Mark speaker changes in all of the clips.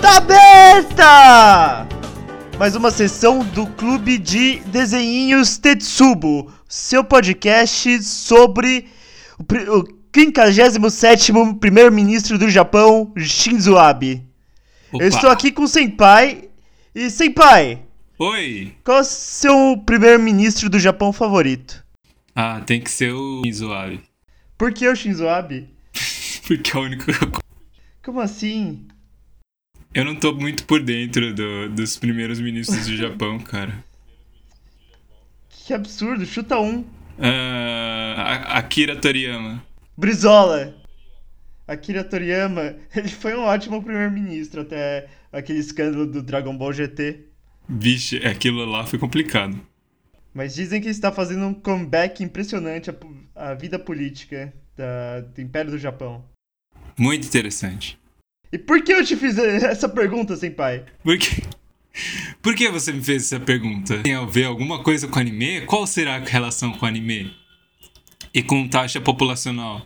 Speaker 1: Tá aberta! Mais uma sessão do Clube de Desenhinhos Tetsubo, seu podcast sobre o pri- o 57º primeiro-ministro do Japão, Shinzo Abe.
Speaker 2: Opa.
Speaker 1: Eu estou aqui com o Senpai. E Senpai,
Speaker 2: Oi!
Speaker 1: qual é o seu primeiro-ministro do Japão favorito?
Speaker 2: Ah, tem que ser o Shinzo Abe.
Speaker 1: Por que o Shinzo Abe?
Speaker 2: Porque é o único.
Speaker 1: Como assim?
Speaker 2: Eu não tô muito por dentro do- dos primeiros ministros do Japão, cara.
Speaker 1: Que absurdo, chuta um.
Speaker 2: Ah, A- Akira Toriyama.
Speaker 1: Brizola. Akira Toriyama, ele foi um ótimo primeiro-ministro até aquele escândalo do Dragon Ball GT.
Speaker 2: Vixe, aquilo lá foi complicado.
Speaker 1: Mas dizem que ele está fazendo um comeback impressionante à, po- à vida política da- do Império do Japão.
Speaker 2: Muito interessante.
Speaker 1: E por que eu te fiz essa pergunta, senpai?
Speaker 2: Por que, por que você me fez essa pergunta? Tem a ver alguma coisa com anime? Qual será a relação com anime? E com taxa populacional?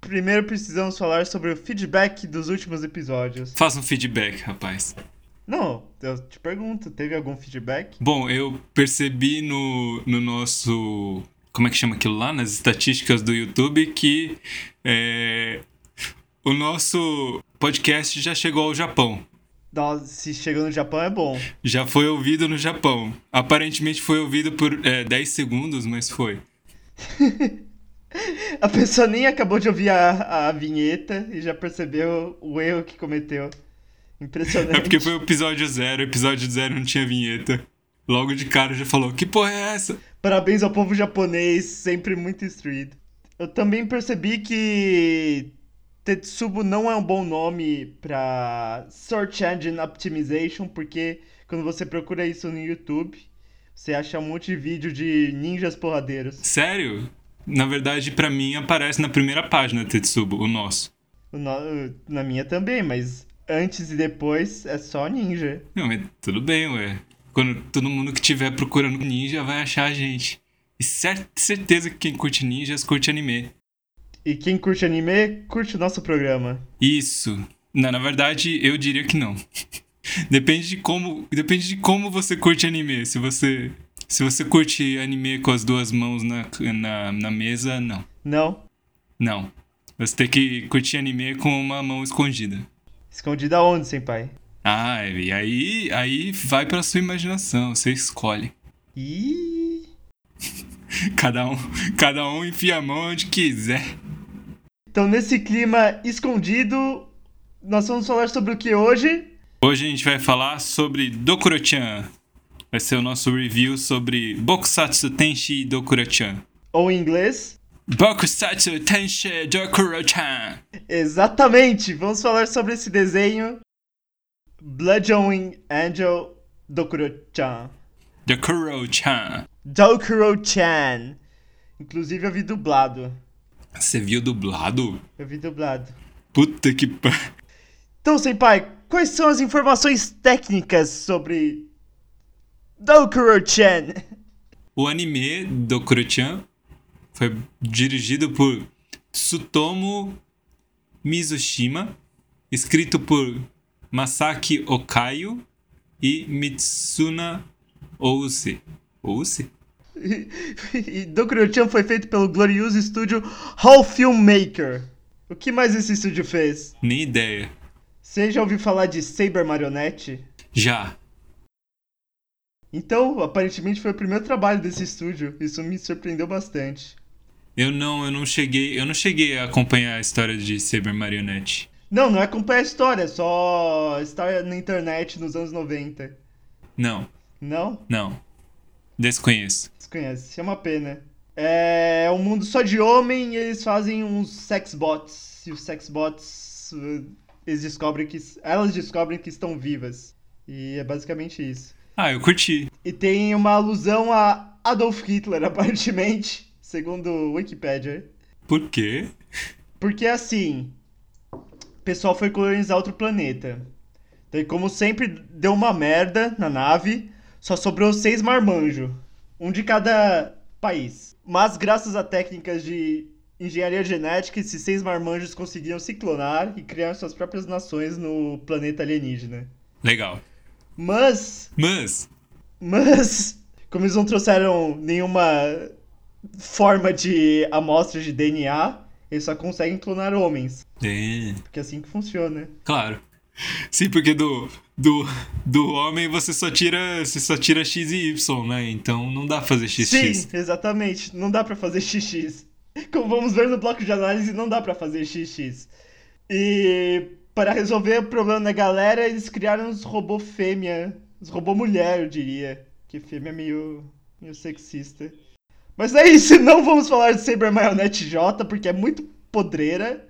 Speaker 1: Primeiro precisamos falar sobre o feedback dos últimos episódios.
Speaker 2: Faça um feedback, rapaz.
Speaker 1: Não, eu te pergunto, teve algum feedback?
Speaker 2: Bom, eu percebi no, no nosso. Como é que chama aquilo lá? Nas estatísticas do YouTube que é, o nosso podcast já chegou ao Japão.
Speaker 1: Nossa, se chegou no Japão é bom.
Speaker 2: Já foi ouvido no Japão. Aparentemente foi ouvido por é, 10 segundos, mas foi.
Speaker 1: A pessoa nem acabou de ouvir a, a vinheta e já percebeu o erro que cometeu. Impressionante.
Speaker 2: É porque foi o episódio zero, o episódio zero não tinha vinheta. Logo de cara já falou: Que porra é essa?
Speaker 1: Parabéns ao povo japonês, sempre muito instruído. Eu também percebi que Tetsubo não é um bom nome pra Search Engine Optimization, porque quando você procura isso no YouTube, você acha um monte de vídeo de ninjas porradeiros.
Speaker 2: Sério? Na verdade, pra mim aparece na primeira página Tetsubo, o nosso.
Speaker 1: O no- Na minha também, mas antes e depois é só ninja.
Speaker 2: Não, mas tudo bem, ué. Quando todo mundo que estiver procurando ninja vai achar a gente. E cer- certeza que quem curte ninjas curte anime.
Speaker 1: E quem curte anime, curte o nosso programa.
Speaker 2: Isso. Não, na verdade, eu diria que não. depende de como, depende de como você curte anime. Se você, se você curte anime com as duas mãos na, na, na mesa, não.
Speaker 1: Não,
Speaker 2: Não. Você tem que curtir anime com uma mão escondida.
Speaker 1: escondida onde, senpai?
Speaker 2: Ah, e aí, aí vai pra sua imaginação, você escolhe.
Speaker 1: Ih,
Speaker 2: Cada um, cada um enfia a mão onde quiser.
Speaker 1: Então, nesse clima escondido, nós vamos falar sobre o que hoje?
Speaker 2: Hoje a gente vai falar sobre Dokuro-chan. Vai ser o nosso review sobre Bokusatsu Tenshi Dokuro-chan.
Speaker 1: Ou em inglês?
Speaker 2: Bokusatsu Tenshi Dokuro-chan.
Speaker 1: Exatamente! Vamos falar sobre esse desenho Bludgeoning Angel Dokuro-chan.
Speaker 2: Dokuro-chan.
Speaker 1: Dokuro-chan. Inclusive, eu vi dublado.
Speaker 2: Você viu dublado?
Speaker 1: Eu vi dublado.
Speaker 2: Puta que pa...
Speaker 1: Então, senpai, quais são as informações técnicas sobre Dokuro-chan?
Speaker 2: O anime Dokuro-chan foi dirigido por Tsutomu Mizushima, escrito por Masaki Okayo e Mitsuna Ouse. Ouse?
Speaker 1: E- e Dokuro-chan foi feito pelo glorioso estúdio Hall Filmmaker. O que mais esse estúdio fez?
Speaker 2: Nem ideia.
Speaker 1: Você já ouviu falar de Saber Marionette?
Speaker 2: Já.
Speaker 1: Então, aparentemente foi o primeiro trabalho desse estúdio. Isso me surpreendeu bastante.
Speaker 2: Eu não, eu não cheguei, eu não cheguei a acompanhar a história de Saber Marionette.
Speaker 1: Não, não é acompanhar a história, é só estar na internet nos anos 90.
Speaker 2: Não,
Speaker 1: Não?
Speaker 2: não. Desconheço.
Speaker 1: Desconhece, é uma pena. É um mundo só de homem e eles fazem uns sexbots. E os sexbots, eh, eles descobrem que... Elas descobrem que estão vivas. E é basicamente isso.
Speaker 2: Ah, eu curti.
Speaker 1: E tem uma alusão a Adolf Hitler, aparentemente, segundo o Wikipedia.
Speaker 2: Por quê?
Speaker 1: Porque assim, o pessoal foi colonizar outro planeta. Então, e como sempre, deu uma merda na nave, só sobrou seis marmanjos. Um de cada país. Mas graças a técnicas de engenharia genética, esses seis marmanjos conseguiram se clonar e criar suas próprias nações no planeta alienígena.
Speaker 2: Legal.
Speaker 1: Mas,
Speaker 2: Mas,
Speaker 1: mas, como eles não trouxeram nenhuma forma de amostra de DNA, eles só conseguem clonar homens.
Speaker 2: é,
Speaker 1: Porque é assim que funciona.
Speaker 2: claro. Sim, porque do, do, do homem você só tira você só tira X e Y, né? Então não dá pra fazer XX.
Speaker 1: Sim, exatamente. Não dá pra fazer XX. Como vamos ver no bloco de análise, não dá pra fazer XX. E para resolver o problema da galera, eles criaram os robô fêmea. Os robô mulher, eu diria. Que fêmea é meio, meio sexista. Mas é isso, não vamos falar de Saber Marionette J, porque é muito podreira.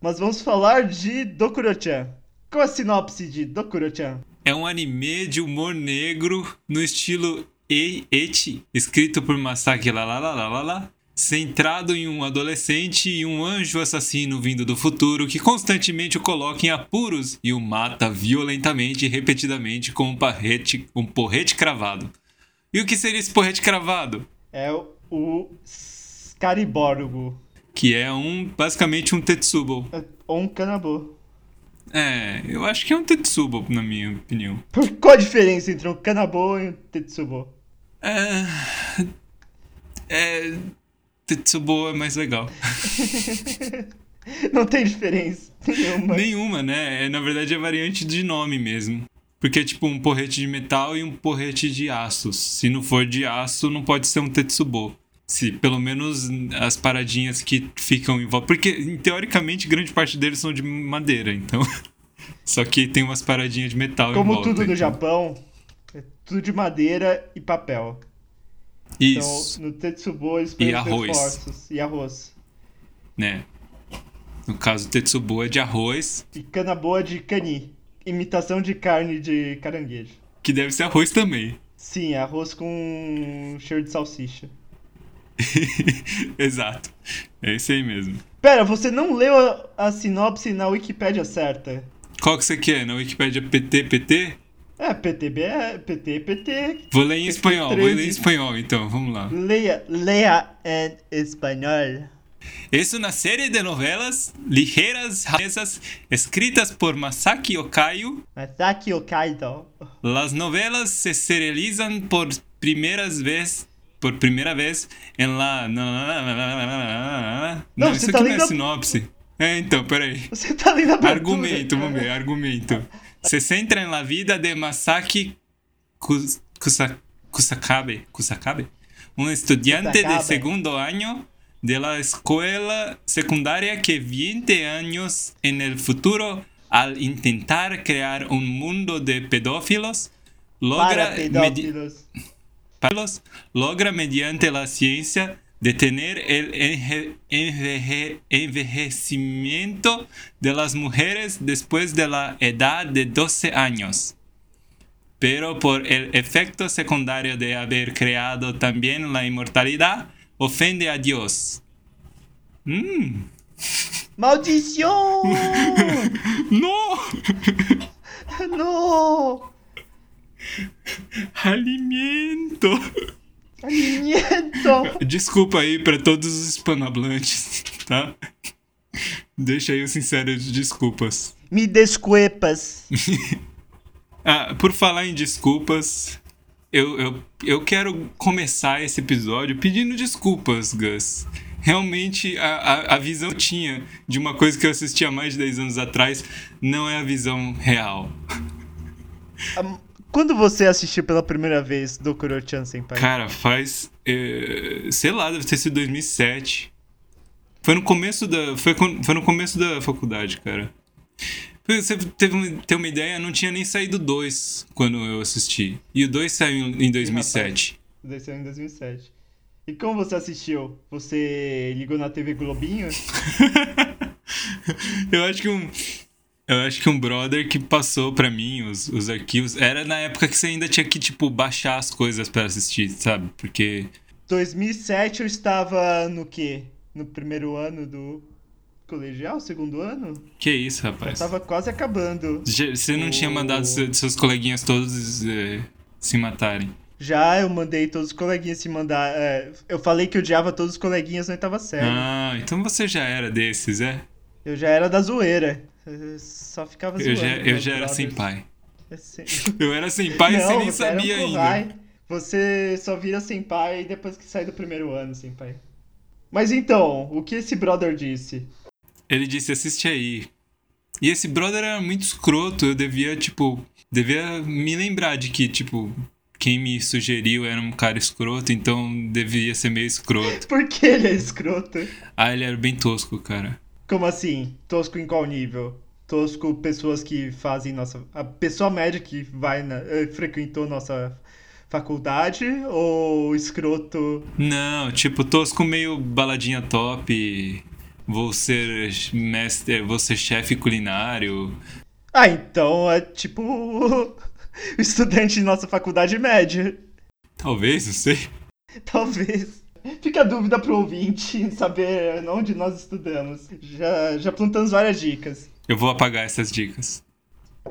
Speaker 1: Mas vamos falar de Dokuro-chan. Qual a sinopse de Dokuro-chan?
Speaker 2: É um anime de humor negro no estilo E- Ecchi, escrito por Masaki Lalalalala, centrado em um adolescente e um anjo assassino vindo do futuro que constantemente o coloca em apuros e o mata violentamente e repetidamente com um, parrete, um porrete cravado. E o que seria esse porrete cravado?
Speaker 1: É o- o Scariborgo,
Speaker 2: Que é um basicamente um Tetsubo.
Speaker 1: ou um Kanabo.
Speaker 2: É, eu acho que é um Tetsubo, na minha opinião.
Speaker 1: Por- Qual a diferença entre um Kanabo e um Tetsubo?
Speaker 2: É. É. Tetsubo é mais legal.
Speaker 1: Não tem diferença nenhuma.
Speaker 2: Nenhuma, né? É, na verdade é variante de nome mesmo. Porque é tipo um porrete de metal e um porrete de aços. Se não for de aço, não pode ser um Tetsubo. Se pelo menos as paradinhas que ficam em volta. Porque, teoricamente, grande parte deles são de madeira, então. Só que tem umas paradinhas de metal em
Speaker 1: Como
Speaker 2: volta.
Speaker 1: tudo no
Speaker 2: então.
Speaker 1: Japão, é tudo de madeira e papel.
Speaker 2: Isso,
Speaker 1: Então, no Tetsubo eles
Speaker 2: E
Speaker 1: põem os
Speaker 2: arroz.
Speaker 1: reforços e arroz.
Speaker 2: né? No caso, Tetsubo é de arroz,
Speaker 1: E Kanabo é de cani, imitação de carne de caranguejo.
Speaker 2: que deve ser arroz também.
Speaker 1: Sim, é arroz com cheiro de salsicha.
Speaker 2: Exato. É isso aí mesmo.
Speaker 1: Pera, você não leu a, a sinopse na Wikipédia certa?
Speaker 2: Qual que você quer? Na Wikipédia PT, PT?
Speaker 1: É, PTB é PT, PT.
Speaker 2: Vou ler em espanhol, vou ler em
Speaker 1: 13.
Speaker 2: espanhol então, vamos lá.
Speaker 1: Leia, leia em espanhol.
Speaker 2: Es una serie de novelas ligeras japonesas escritas por Masaki Okayo.
Speaker 1: Masaki Okaido.
Speaker 2: Las novelas se serializan por primeras vez por primeira vez em la
Speaker 1: Não,
Speaker 2: Não,
Speaker 1: você
Speaker 2: isso
Speaker 1: tá
Speaker 2: aqui não é
Speaker 1: lendo a-
Speaker 2: sinopse. É, então, peraí.
Speaker 1: Você tá lendo a abertura.
Speaker 2: Argumento, vamos ver, argumento. Se centra em la vida de Masaki Kus- Kusa- Kusakabe, Kusakabe, um estudiante de
Speaker 1: Kusakabe.
Speaker 2: segundo ano de la escuela secundaria que 20 años en el futuro, al intentar crear un mundo de pedófilos, logra
Speaker 1: Para
Speaker 2: medi-
Speaker 1: pedófilos.
Speaker 2: Palos logra mediante la ciencia detener el enje- enveje- envejecimiento de las mujeres después de la edad de 12 años. Pero por el efecto secundario de haber creado también la inmortalidad, ofende a Dios. Mm.
Speaker 1: Maldição!
Speaker 2: ¡No!
Speaker 1: Não!
Speaker 2: ¡Alimento!
Speaker 1: Alimento!
Speaker 2: Desculpa aí pra todos os hispanohablantes, tá? Deixa aí os sinceros desculpas.
Speaker 1: Me desculpas.
Speaker 2: Ah, por falar em desculpas, eu, eu, eu quero começar esse episódio pedindo desculpas, Gus. Realmente, a, a, a visão que eu tinha de uma coisa que eu assisti há mais de 10 anos atrás não é a visão real.
Speaker 1: Am- Quando você assistiu pela primeira vez do Kurochan Senpai?
Speaker 2: Cara, faz. eh, sei lá, deve ter sido 2007. Foi no começo da. Foi, quan- foi no começo da faculdade, cara. Pra Você teve, um- ter uma ideia, não tinha nem saído o 2 quando eu assisti. E o 2 saiu em 2007.
Speaker 1: Isso em 2007. E como você assistiu? Você ligou na TV Globinho?
Speaker 2: Eu acho que um. Eu acho que um brother que passou pra mim os, os arquivos. Era na época que você ainda tinha que, tipo, baixar as coisas pra assistir, sabe? Porque.
Speaker 1: 2007 eu estava no quê? No primeiro ano do colegial? Segundo ano?
Speaker 2: Que isso,
Speaker 1: Eu
Speaker 2: rapaz?
Speaker 1: tava quase acabando.
Speaker 2: Já- Você não tinha mandado se- seus coleguinhas todos eh, se matarem.
Speaker 1: Já eu mandei todos os coleguinhas se mandar. é, eu falei que odiava todos os coleguinhas na oitava série.
Speaker 2: Ah, então você já era desses, é?
Speaker 1: Eu já era da zoeira. Eu só ficava
Speaker 2: Eu
Speaker 1: Tá zoando.
Speaker 2: já,
Speaker 1: com
Speaker 2: eu
Speaker 1: os
Speaker 2: já era
Speaker 1: brothers.
Speaker 2: sem pai.
Speaker 1: É sen...
Speaker 2: Eu era senpai e você nem
Speaker 1: era um
Speaker 2: sabia ainda.
Speaker 1: Kohai. Você só vira senpai depois que sai do primeiro ano, senpai. Mas então, o que esse brother disse?
Speaker 2: Ele disse, assiste aí. E esse brother era muito escroto, eu devia, tipo, devia me lembrar de que, tipo, quem me sugeriu era um cara escroto, então devia ser meio escroto.
Speaker 1: Por que ele é escroto?
Speaker 2: Ah, ele era bem tosco, cara.
Speaker 1: Como assim? Tosco em qual nível? Tosco pessoas que fazem nossa. A pessoa média que vai na... eh, frequentou nossa faculdade? Ou escroto?
Speaker 2: Não, tipo, tosco meio baladinha top. Vou ser mestre, vou ser chefe culinário.
Speaker 1: Ah, então é tipo. o Estudante de nossa faculdade média.
Speaker 2: Talvez, não sei.
Speaker 1: Talvez. Fica a dúvida pro ouvinte saber onde nós estudamos. Já, já plantamos várias dicas.
Speaker 2: Eu vou apagar essas dicas.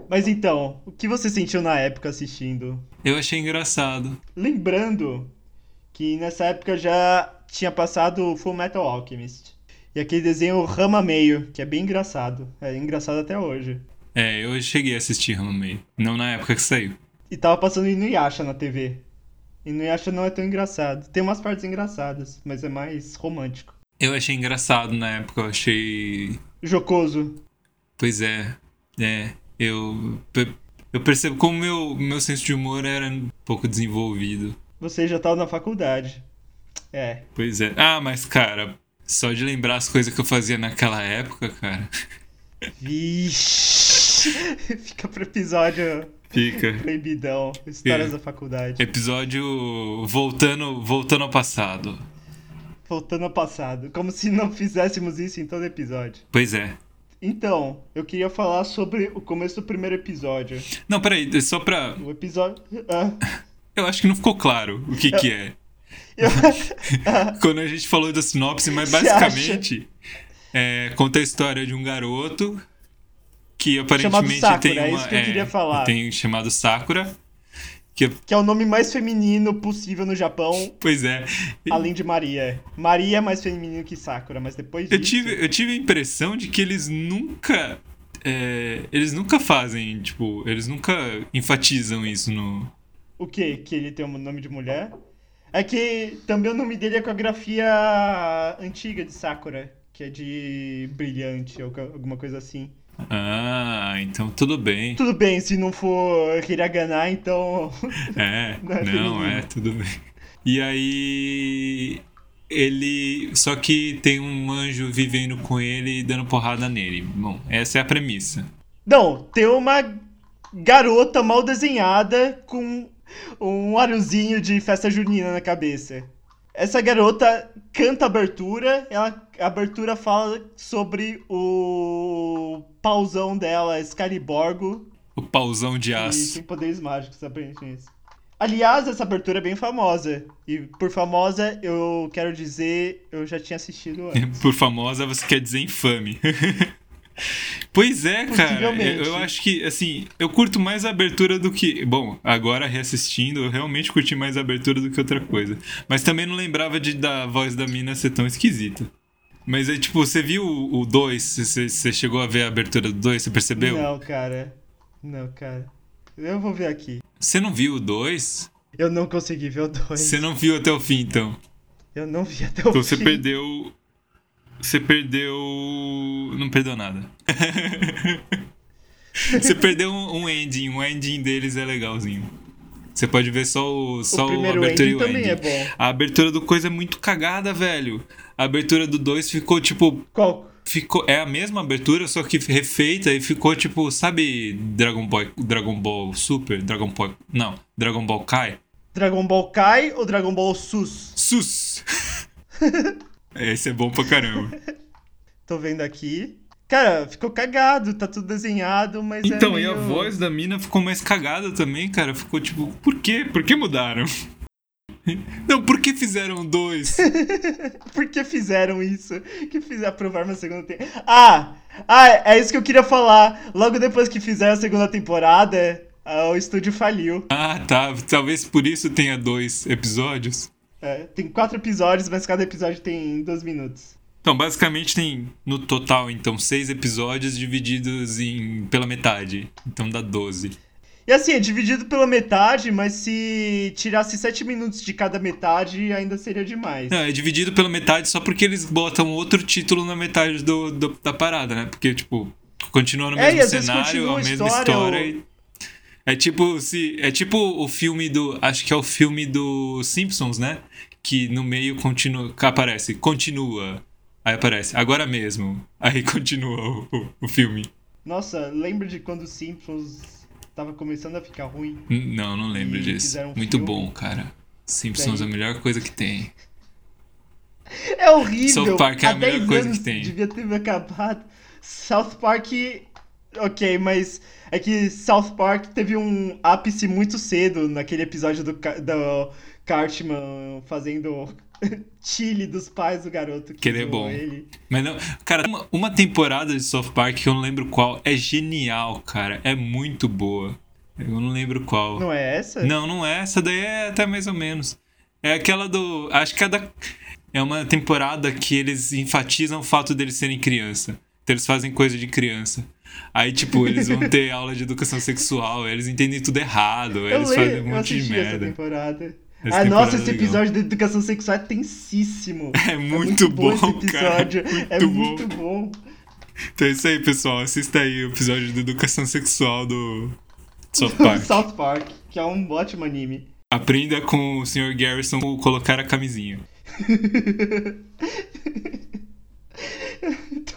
Speaker 1: Mas então, o que você sentiu na época assistindo?
Speaker 2: Eu achei engraçado.
Speaker 1: Lembrando que nessa época já tinha passado o Full Metal Alchemist. E aquele desenho Rama Meio, que é bem engraçado. É engraçado até hoje.
Speaker 2: É, eu cheguei a assistir Rama Meio. Não na época que saiu.
Speaker 1: E tava passando Inuyasha na TV. Inuyasha não é tão engraçado. Tem umas partes engraçadas, mas é mais romântico.
Speaker 2: Eu achei engraçado na época, eu achei.
Speaker 1: Jocoso.
Speaker 2: Pois é. É. Eu. pe- Eu percebo como meu, meu senso de humor era um pouco desenvolvido.
Speaker 1: Você já tava na faculdade. É.
Speaker 2: Pois é. Ah, mas cara, só de lembrar as coisas que eu fazia naquela época, cara.
Speaker 1: Vixe. Fica pro episódio
Speaker 2: Fica.
Speaker 1: proibidão. Histórias
Speaker 2: É.
Speaker 1: da faculdade.
Speaker 2: Episódio voltando, voltando ao passado.
Speaker 1: Voltando ao passado. Como se não fizéssemos isso em todo episódio.
Speaker 2: Pois é.
Speaker 1: Então, eu queria falar sobre o começo do primeiro episódio.
Speaker 2: Não, peraí, só pra.
Speaker 1: O episódio. Ah,
Speaker 2: Eu acho que não ficou claro o que que é.
Speaker 1: eu- tá.
Speaker 2: Quando a gente falou da sinopse, mas
Speaker 1: Você
Speaker 2: basicamente é, conta a história de um garoto que aparentemente
Speaker 1: Sakura,
Speaker 2: tem uma.
Speaker 1: é isso que eu queria falar.
Speaker 2: Tem um chamado Sakura.
Speaker 1: que é o nome mais feminino possível no Japão,
Speaker 2: Pois é.
Speaker 1: além de Maria. Maria é mais feminino que Sakura, mas depois.
Speaker 2: Eu
Speaker 1: disso-
Speaker 2: tive, eu tive a impressão de que eles nunca. é, eles nunca fazem, tipo, eles nunca enfatizam isso no.
Speaker 1: O quê? Que ele tem um nome de mulher? É que também o nome dele é com a grafia antiga de Sakura, que é de brilhante ou co- alguma coisa assim.
Speaker 2: Ah, então tudo bem.
Speaker 1: Tudo bem, se não for hiragana, então.
Speaker 2: É,
Speaker 1: Não é
Speaker 2: não, é,
Speaker 1: feminino.
Speaker 2: tudo bem. E aí. Ele. Só que tem um anjo vivendo com ele e dando porrada nele. Bom, essa é a premissa.
Speaker 1: Não, tem uma garota mal desenhada com um aruzinho de festa junina na cabeça. Essa garota canta a abertura, ela, a abertura fala sobre o pauzão dela, Excaliborgo,
Speaker 2: O pauzão de
Speaker 1: e
Speaker 2: aço.
Speaker 1: tem poderes mágicos, aparentemente. Aliás, essa abertura é bem famosa. E por famosa, eu quero dizer, eu já tinha assistido antes.
Speaker 2: Por famosa, você quer dizer infame. pois é, cara. Eu,
Speaker 1: Possivelmente.
Speaker 2: eu acho que, assim, eu curto mais a abertura do que. Bom, agora reassistindo, eu realmente curti mais a abertura do que outra coisa. Mas também não lembrava de da voz da mina ser tão esquisita. Mas é tipo, você viu o 2? Você você chegou a ver a abertura do 2? Você percebeu?
Speaker 1: Não, cara. Não, cara. Eu vou ver aqui.
Speaker 2: Você não viu o 2?
Speaker 1: Eu não consegui ver o 2.
Speaker 2: Você não viu até o fim, então.
Speaker 1: Eu não vi até o
Speaker 2: Então você
Speaker 1: fim.
Speaker 2: perdeu. Você perdeu. Não perdeu nada. você perdeu um, um ending. O ending deles é legalzinho. Você pode ver só o, só
Speaker 1: o primeiro
Speaker 2: abertura
Speaker 1: ending
Speaker 2: e o
Speaker 1: também
Speaker 2: ending.
Speaker 1: é bom.
Speaker 2: A abertura do coisa é muito cagada, velho. A abertura do 2 ficou tipo.
Speaker 1: Qual?
Speaker 2: Ficou, é a mesma abertura, só que refeita e ficou tipo, sabe Dragon Ball, Dragon Ball Super? Dragon Ball. Não, Dragon Ball Kai?
Speaker 1: Dragon Ball Kai ou Dragon Ball Sus?
Speaker 2: SUS! Esse é bom pra caramba.
Speaker 1: Tô vendo aqui. Cara, ficou cagado, tá tudo desenhado, mas é
Speaker 2: Então, e a
Speaker 1: meio-
Speaker 2: voz da mina ficou mais cagada também, cara. Ficou tipo, por quê? Por que mudaram? Não, por que fizeram dois?
Speaker 1: Por que fizeram isso? Que fizeram aprovar uma segunda temporada. Ah! Ah, é isso que eu queria falar. Logo depois que fizeram a segunda temporada, ah, o estúdio faliu.
Speaker 2: ah, tá. Talvez por isso tenha dois episódios.
Speaker 1: É, tem quatro episódios, mas cada episódio tem dois minutos.
Speaker 2: Então, basicamente tem no total, então, seis episódios divididos em pela metade. Então dá 12.
Speaker 1: E assim, é dividido pela metade, mas se tirasse 7 minutos de cada metade, ainda seria demais.
Speaker 2: Não, é dividido pela metade só porque eles botam outro título na metade do, do- da parada, né? Porque, tipo, continua no
Speaker 1: É, e
Speaker 2: mesmo
Speaker 1: às vezes
Speaker 2: cenário,
Speaker 1: continua
Speaker 2: a
Speaker 1: a
Speaker 2: mesma
Speaker 1: história,
Speaker 2: história.
Speaker 1: ou-
Speaker 2: e- É tipo se é tipo o filme do, acho que é o filme do Simpsons, né? Que no meio continua, que aparece, continua. Aí aparece, agora mesmo. Aí continua o, o, o filme.
Speaker 1: Nossa, lembra de quando os Simpsons tava começando a ficar ruim?
Speaker 2: Hum, Não, não lembro
Speaker 1: E
Speaker 2: disso.
Speaker 1: fizeram um
Speaker 2: Muito
Speaker 1: filme.
Speaker 2: bom, cara. Simpsons é a
Speaker 1: Daí-
Speaker 2: melhor coisa que tem.
Speaker 1: É horrível.
Speaker 2: South Park é a
Speaker 1: Há
Speaker 2: melhor
Speaker 1: 10
Speaker 2: coisa
Speaker 1: anos
Speaker 2: que tem.
Speaker 1: Devia ter acabado. South Park. Ok, mas é que South Park teve um ápice muito cedo naquele episódio do, Ca- do Cartman fazendo chile dos pais do garoto.
Speaker 2: Que ele é
Speaker 1: zoou
Speaker 2: bom.
Speaker 1: Ele.
Speaker 2: Mas não, cara, uma, uma temporada de South Park que eu não lembro qual é genial, cara. É muito boa. Eu não lembro qual.
Speaker 1: Não é essa?
Speaker 2: Não, não é. Essa daí é até mais ou menos. É aquela do. Acho que é da. É uma temporada que eles enfatizam o fato deles serem criança. Então eles fazem coisa de criança. Aí, tipo, eles vão ter aula de educação sexual, eles entendem tudo errado,
Speaker 1: eu
Speaker 2: eles fazem um
Speaker 1: lembro, eu
Speaker 2: monte de
Speaker 1: assisti essa
Speaker 2: merda.
Speaker 1: temporada.
Speaker 2: Essa
Speaker 1: ah,
Speaker 2: temporada
Speaker 1: nossa, esse
Speaker 2: é legal.
Speaker 1: episódio da educação sexual é tensíssimo.
Speaker 2: É muito bom,
Speaker 1: esse
Speaker 2: cara.
Speaker 1: episódio. é
Speaker 2: Muito
Speaker 1: muito
Speaker 2: bom.
Speaker 1: bom.
Speaker 2: Então é isso aí, pessoal. Assista aí o episódio de educação sexual do South Park.
Speaker 1: South Park, que é um ótimo anime.
Speaker 2: Aprenda com o Sr. Garrison como colocar a camisinha.
Speaker 1: Tem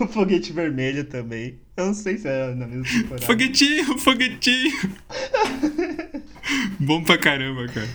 Speaker 1: o foguete vermelho também. Eu não sei se é na mesma temporada.
Speaker 2: Foguetinho, foguetinho. Bom pra caramba, cara.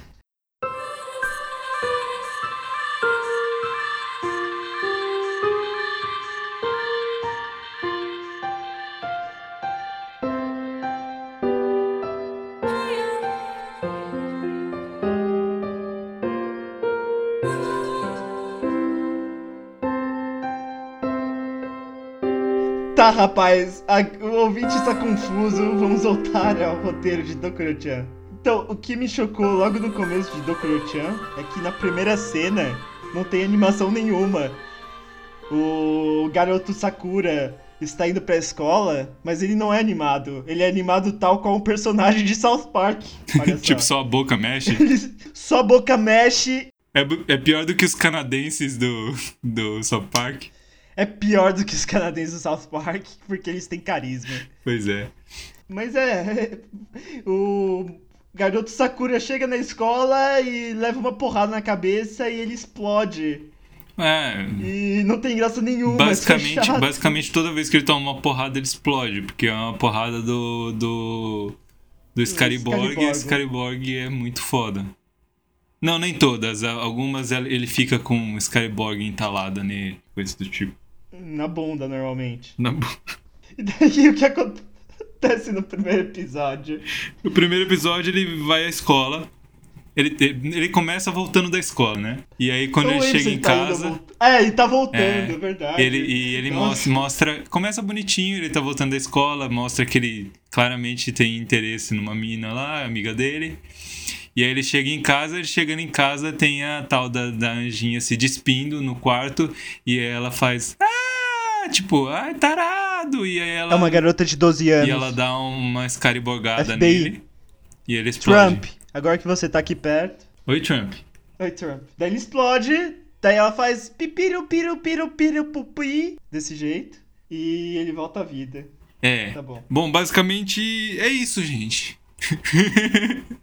Speaker 1: Tá, rapaz, a- o ouvinte está confuso. Vamos voltar ao roteiro de Dokuro-chan. Então, o que me chocou logo no começo de Dokuro-chan é que na primeira cena não tem animação nenhuma. O garoto Sakura está indo pra escola, mas ele não é animado. Ele é animado tal qual um personagem de South Park. Olha só.
Speaker 2: Tipo, só a boca mexe.
Speaker 1: Só a boca mexe
Speaker 2: É, bu- é pior do que os canadenses do, do South Park.
Speaker 1: é pior do que os canadenses do South Park, porque eles têm carisma.
Speaker 2: Pois é.
Speaker 1: Mas é. O garoto Sakura chega na escola e leva uma porrada na cabeça e ele explode.
Speaker 2: É.
Speaker 1: E não tem graça nenhuma. é
Speaker 2: Basicamente,
Speaker 1: só chato.
Speaker 2: basicamente, toda vez que ele toma uma porrada, ele explode. Porque é uma porrada do. do. do Scariborg. E
Speaker 1: Excalibur.
Speaker 2: o Scariborg é muito foda. Não, nem todas. A- Algumas ele ele fica com o Scariborg entalada nele, coisa do tipo.
Speaker 1: Na bunda, normalmente.
Speaker 2: Na bo-
Speaker 1: E daí o que acontece no primeiro episódio?
Speaker 2: No primeiro episódio ele vai à escola. Ele, ele começa voltando da escola, né? E aí quando
Speaker 1: Não
Speaker 2: ele
Speaker 1: lembro
Speaker 2: chega
Speaker 1: se
Speaker 2: em
Speaker 1: tá indo
Speaker 2: casa,
Speaker 1: volta- É, ele tá voltando,
Speaker 2: É,
Speaker 1: é, verdade. Então,
Speaker 2: ele, e ele
Speaker 1: Nossa.
Speaker 2: mostra, mostra. Começa bonitinho, ele tá voltando da escola, mostra que ele claramente tem interesse numa mina lá, amiga dele. E aí ele chega em casa, ele chegando em casa tem a tal da, da anjinha se despindo no quarto e ela faz. Ah! Tipo, ai, tarado! E aí ela.
Speaker 1: É uma garota de 12 anos.
Speaker 2: e ela dá uma escaribogada
Speaker 1: FBI.
Speaker 2: nele. E ele explode.
Speaker 1: Trump, agora que você tá aqui perto.
Speaker 2: Oi, Trump.
Speaker 1: Oi, Trump. Daí ele explode, daí ela faz pipiru, piru, piru, piru, pupi, desse jeito, e ele volta à vida.
Speaker 2: É.
Speaker 1: Tá bom.
Speaker 2: Bom, basicamente é isso, gente.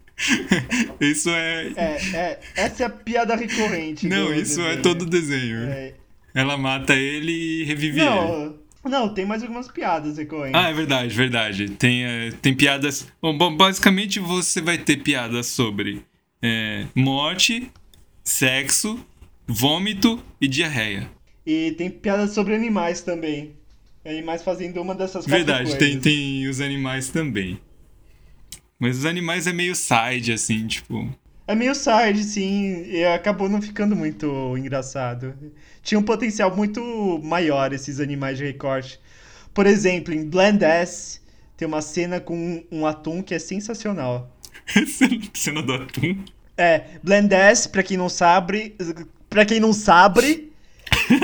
Speaker 2: isso é.
Speaker 1: É, é, essa é a piada recorrente.
Speaker 2: Não,
Speaker 1: do
Speaker 2: isso é
Speaker 1: desenho.
Speaker 2: todo o desenho.
Speaker 1: É,
Speaker 2: Ela mata ele e revive ele.
Speaker 1: Não, não, tem mais algumas piadas recorrentes.
Speaker 2: Ah, é verdade, verdade. Tem, eh, tem piadas. Bom, bom, basicamente você vai ter piadas sobre eh, morte, sexo, vômito e diarreia.
Speaker 1: E tem piadas sobre animais também. Animais fazendo uma dessas quatro
Speaker 2: Verdade,
Speaker 1: coisas.
Speaker 2: tem, tem os animais também. Mas os animais é meio side, assim, tipo.
Speaker 1: É meio side, sim, e acabou não ficando muito engraçado. Tinha um potencial muito maior esses animais de recorte. Por exemplo, em Bland Ass, tem uma cena com um, um atum que é sensacional.
Speaker 2: Cena do atum.
Speaker 1: É, Bland Ass, pra quem não sabe, pra quem não sabe,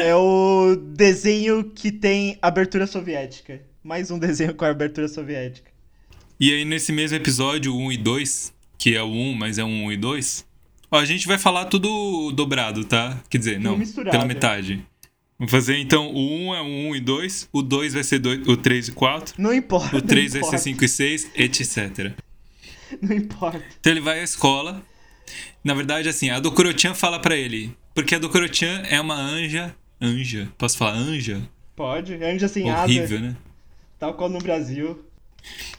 Speaker 1: é o desenho que tem abertura soviética. Mais um desenho com a abertura soviética.
Speaker 2: E aí, nesse mesmo episódio 1 e 2, que é o 1, mas é um 1 e 2, ó, a gente vai falar tudo dobrado, tá? Quer dizer, não,
Speaker 1: misturado,
Speaker 2: pela
Speaker 1: é.
Speaker 2: metade. Vamos fazer então o 1 é um 1 e 2, o 2 vai ser dois, o 3 e 4,
Speaker 1: Não importa.
Speaker 2: o é 3
Speaker 1: não
Speaker 2: vai ser
Speaker 1: importa,
Speaker 2: 5 e 6, etc.
Speaker 1: Não importa.
Speaker 2: Então ele vai à escola. Na verdade, assim, a Dokuro-chan fala pra ele. Porque a Dokuro-chan é uma anja. Anja? Posso falar anja?
Speaker 1: Pode. Anja sem
Speaker 2: Horrível,
Speaker 1: asa,
Speaker 2: né?
Speaker 1: tal qual no Brasil.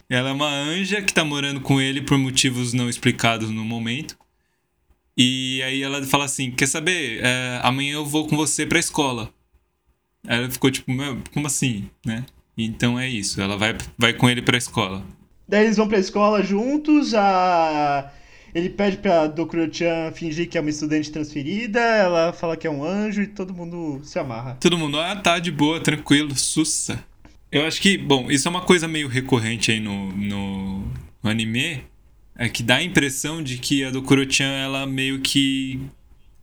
Speaker 2: Ela é uma anja que tá morando com ele por motivos não explicados no momento. E aí ela fala assim: Quer saber? É, amanhã eu vou com você pra escola. Aí ela ficou tipo: Meu, como assim? Né? Então é isso. Ela vai, vai com ele pra escola.
Speaker 1: Daí eles vão pra escola juntos, a... Ele pede pra Dokuro-chan fingir que é uma estudante transferida, ela fala que é um anjo e todo mundo se amarra.
Speaker 2: Todo mundo, ah, tá, de boa, tranquilo, sussa. Eu acho que, bom, isso é uma coisa meio recorrente aí no, no, no anime, é que dá a impressão de que a Dokuro-chan, ela meio que,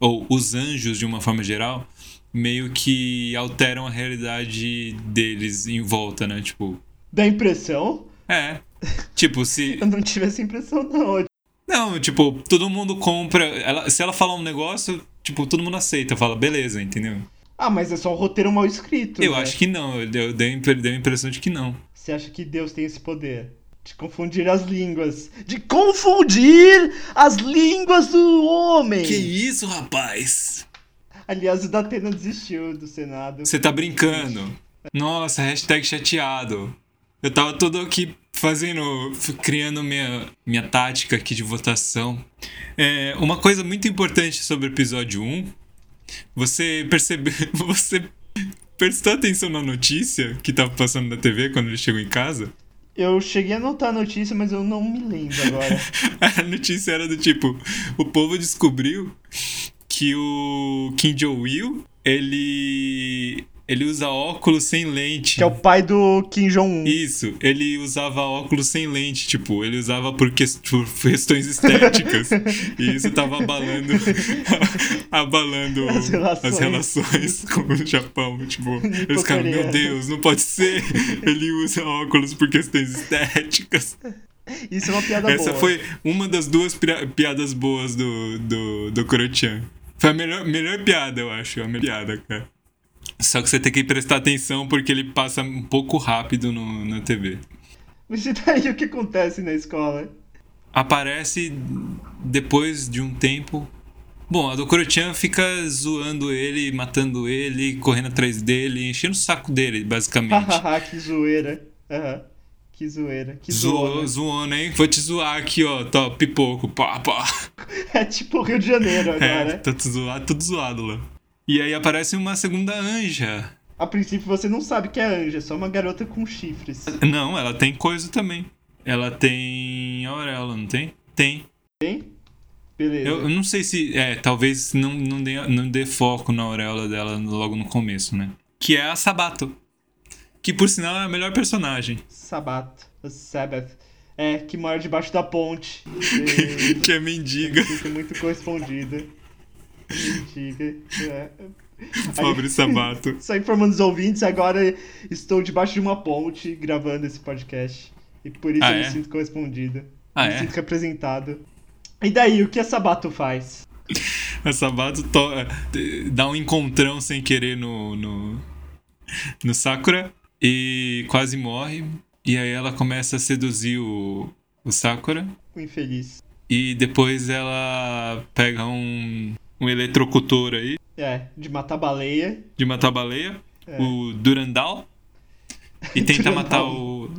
Speaker 2: ou os anjos de uma forma geral, meio que alteram a realidade deles em volta, né? Tipo,
Speaker 1: Dá impressão?
Speaker 2: é, tipo, se...
Speaker 1: Eu não tive essa impressão, não.
Speaker 2: Não, tipo, todo mundo compra, ela, se ela falar um negócio, tipo, todo mundo aceita, fala, beleza, entendeu?
Speaker 1: Ah, mas é só um roteiro mal escrito.
Speaker 2: Eu
Speaker 1: né?
Speaker 2: acho que não, eu, eu dei, eu dei a impressão de que não.
Speaker 1: Você acha que Deus tem esse poder? De confundir as línguas. De confundir as línguas do homem!
Speaker 2: Que isso, rapaz?
Speaker 1: Aliás, o Datena desistiu do Senado.
Speaker 2: Você tá brincando. Nossa, hashtag chateado. Eu tava todo aqui fazendo. criando minha, minha tática aqui de votação. É, uma coisa muito importante sobre o episódio 1. Você percebeu. Você prestou atenção na notícia que tava passando na TV quando ele chegou em casa?
Speaker 1: Eu cheguei a anotar a notícia, mas eu não me lembro agora.
Speaker 2: A notícia era do tipo: o povo descobriu que o Kim Jong-il ele ele usa óculos sem lente.
Speaker 1: que é o pai do Kim Jong-un.
Speaker 2: Isso, ele usava óculos sem lente, tipo, ele usava por, ques- por questões estéticas. e isso tava abalando abalando
Speaker 1: As relações.
Speaker 2: as relações com o Japão, tipo, eles ficaram, meu
Speaker 1: Coreano.
Speaker 2: Deus, não pode ser. Ele usa óculos por questões estéticas.
Speaker 1: Isso é uma piada
Speaker 2: Essa
Speaker 1: boa.
Speaker 2: foi uma das duas pira- piadas boas do, do, do Kurochan. Foi a melhor, melhor piada, eu acho. A melhor piada, cara. Só que você tem que prestar atenção porque ele passa um pouco rápido no, na TV.
Speaker 1: Mas e daí o que acontece na escola?
Speaker 2: Aparece depois de um tempo. Bom, a do Kurochan fica zoando ele, matando ele, correndo atrás dele, enchendo o saco dele, basicamente.
Speaker 1: Hahaha, que zoeira. Aham. Que zoeira. Que
Speaker 2: Zoou,
Speaker 1: zoeira.
Speaker 2: zoando, hein? Vou te zoar aqui, ó. Tó, pipoco, pá, pá.
Speaker 1: É tipo o Rio de Janeiro agora.
Speaker 2: É, tá tudo zoado, tudo zoado lá. E aí aparece uma segunda anja.
Speaker 1: A princípio você não sabe que é anja, é só uma garota com chifres.
Speaker 2: Não, ela tem coisa também. Ela tem auréola, não tem? Tem.
Speaker 1: Beleza.
Speaker 2: Eu, eu não sei se. É, talvez não, não, dê, não dê foco na auréola dela logo no começo, né? Que é a Sabato. Que por sinal é a melhor personagem.
Speaker 1: Sabato. Sabbath. É, que mora debaixo da ponte. E-
Speaker 2: que é mendiga.
Speaker 1: Fica muito correspondida. Mendiga. É.
Speaker 2: Pobre Sabato.
Speaker 1: Só informando os ouvintes, agora estou debaixo de uma ponte gravando esse podcast. E por isso
Speaker 2: Ah,
Speaker 1: eu
Speaker 2: é?
Speaker 1: me sinto correspondido.
Speaker 2: Ah,
Speaker 1: me
Speaker 2: é?
Speaker 1: sinto representado. E daí, o que a Sabato faz?
Speaker 2: A Sabato É to- eh, dá um encontrão sem querer no, no, no Sakura e quase morre. E aí ela começa a seduzir o, o Sakura.
Speaker 1: O infeliz.
Speaker 2: E depois ela pega um, um eletrocutor aí
Speaker 1: É, de matar baleia.
Speaker 2: de matar a baleia,
Speaker 1: É.
Speaker 2: o Durandal, e tenta
Speaker 1: Durandal.
Speaker 2: matar o,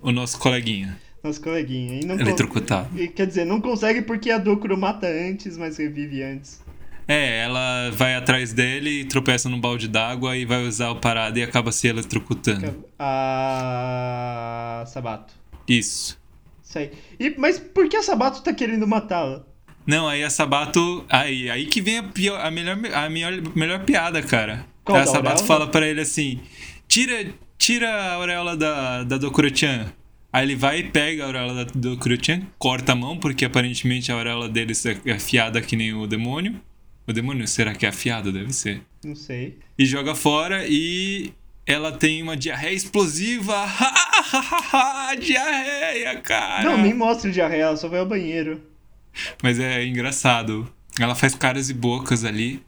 Speaker 2: o nosso coleguinha
Speaker 1: Nosso coleguinha. E não con-
Speaker 2: eletrocutado.
Speaker 1: e, Quer dizer, não consegue porque a Dokuro mata antes, mas revive antes.
Speaker 2: É, ela vai atrás dele, tropeça num balde d'água e vai usar o parada e acaba se eletrocutando.
Speaker 1: A. Sabato.
Speaker 2: Isso.
Speaker 1: Isso aí. E, mas por que a Sabato tá querendo matá-la?
Speaker 2: Não, aí a Sabato. Aí, aí que vem a, pior- a melhor, a melhor, melhor piada, cara.
Speaker 1: Qual
Speaker 2: a
Speaker 1: da
Speaker 2: Sabato
Speaker 1: auréola?
Speaker 2: fala pra ele assim: tira, tira a auréola da, da Dokuro-chan. Aí ele vai e pega a auréola da Dokuro-chan, corta a mão, porque aparentemente a auréola deles é afiada que nem o demônio. O demônio, será que é afiada? Deve ser.
Speaker 1: Não sei.
Speaker 2: E joga fora e. ela tem uma diarreia explosiva. diarreia, cara.
Speaker 1: Não, nem mostra o diarreia, ela só vai ao banheiro.
Speaker 2: Mas é engraçado. Ela faz caras e bocas ali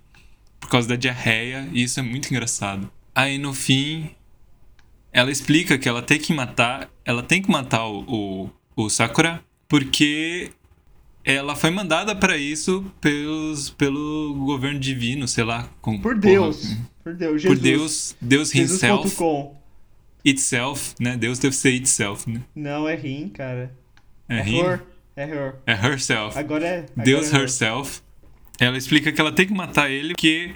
Speaker 2: por causa da diarreia, e isso é muito engraçado. Aí no fim, ela explica que ela tem que matar, ela tem que matar o, o, o Sakura porque ela foi mandada pra isso pelos, pelo governo divino, sei lá, com
Speaker 1: Por
Speaker 2: porra,
Speaker 1: Deus. Por Deus, Jesus.
Speaker 2: por Deus, Deus himself,
Speaker 1: Jesus.com.
Speaker 2: itself, né? Deus deve ser itself, né?
Speaker 1: Não, é rim, cara.
Speaker 2: É,
Speaker 1: É
Speaker 2: him,
Speaker 1: her. É her.
Speaker 2: é herself.
Speaker 1: Agora é. agora
Speaker 2: Deus
Speaker 1: é her.
Speaker 2: herself. Ela explica que ela tem que matar ele porque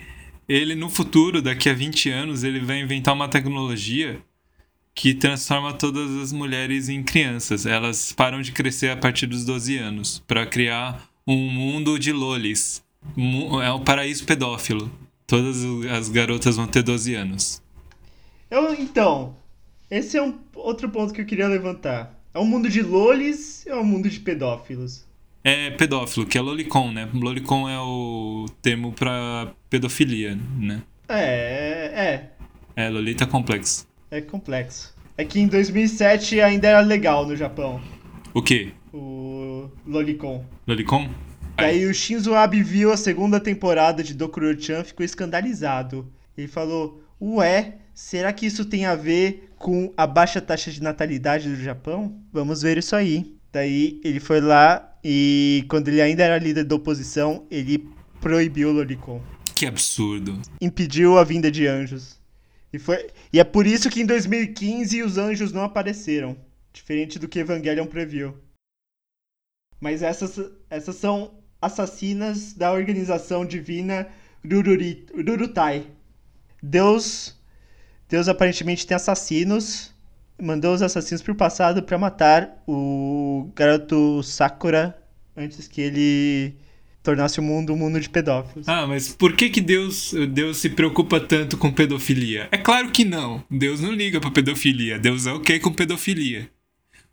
Speaker 2: ele no futuro, daqui a 20 anos, ele vai inventar uma tecnologia que transforma todas as mulheres em crianças. Elas param de crescer a partir dos 12 anos para criar um mundo de lolis. Mu- É um paraíso pedófilo. Todas as garotas vão ter 12 anos.
Speaker 1: Eu, então, esse é um outro ponto que eu queria levantar. É um mundo de lolis é um mundo de pedófilos?
Speaker 2: É pedófilo, que é lolicon, né? Lolicon é o termo para pedofilia, né?
Speaker 1: É, é,
Speaker 2: É lolita complexo.
Speaker 1: é complexo. É que em 2007 ainda era legal no Japão,
Speaker 2: O quê?
Speaker 1: o Lolicon.
Speaker 2: Lolicon?
Speaker 1: Daí o Shinzo Abe viu a segunda temporada de Dokuro-chan, ficou escandalizado. Ele falou, ué, será que isso tem a ver com a baixa taxa de natalidade do Japão? Vamos ver isso aí. Daí ele foi lá e quando ele ainda era líder da oposição, ele proibiu o Lolicon.
Speaker 2: Que absurdo.
Speaker 1: Impediu a vinda de anjos. E, foi... e é por isso que em 2015 os anjos não apareceram. Diferente do que Evangelion previu. Mas essas, essas são assassinas da organização divina Rururi, Rurutai. Deus, Deus aparentemente tem assassinos. Mandou os assassinos pro passado para matar o garoto Sakura antes que ele tornasse o mundo um mundo de pedófilos.
Speaker 2: Ah, mas por que que Deus, Deus se preocupa tanto com pedofilia? É claro que não. Deus não liga pra pedofilia. Deus é ok com pedofilia.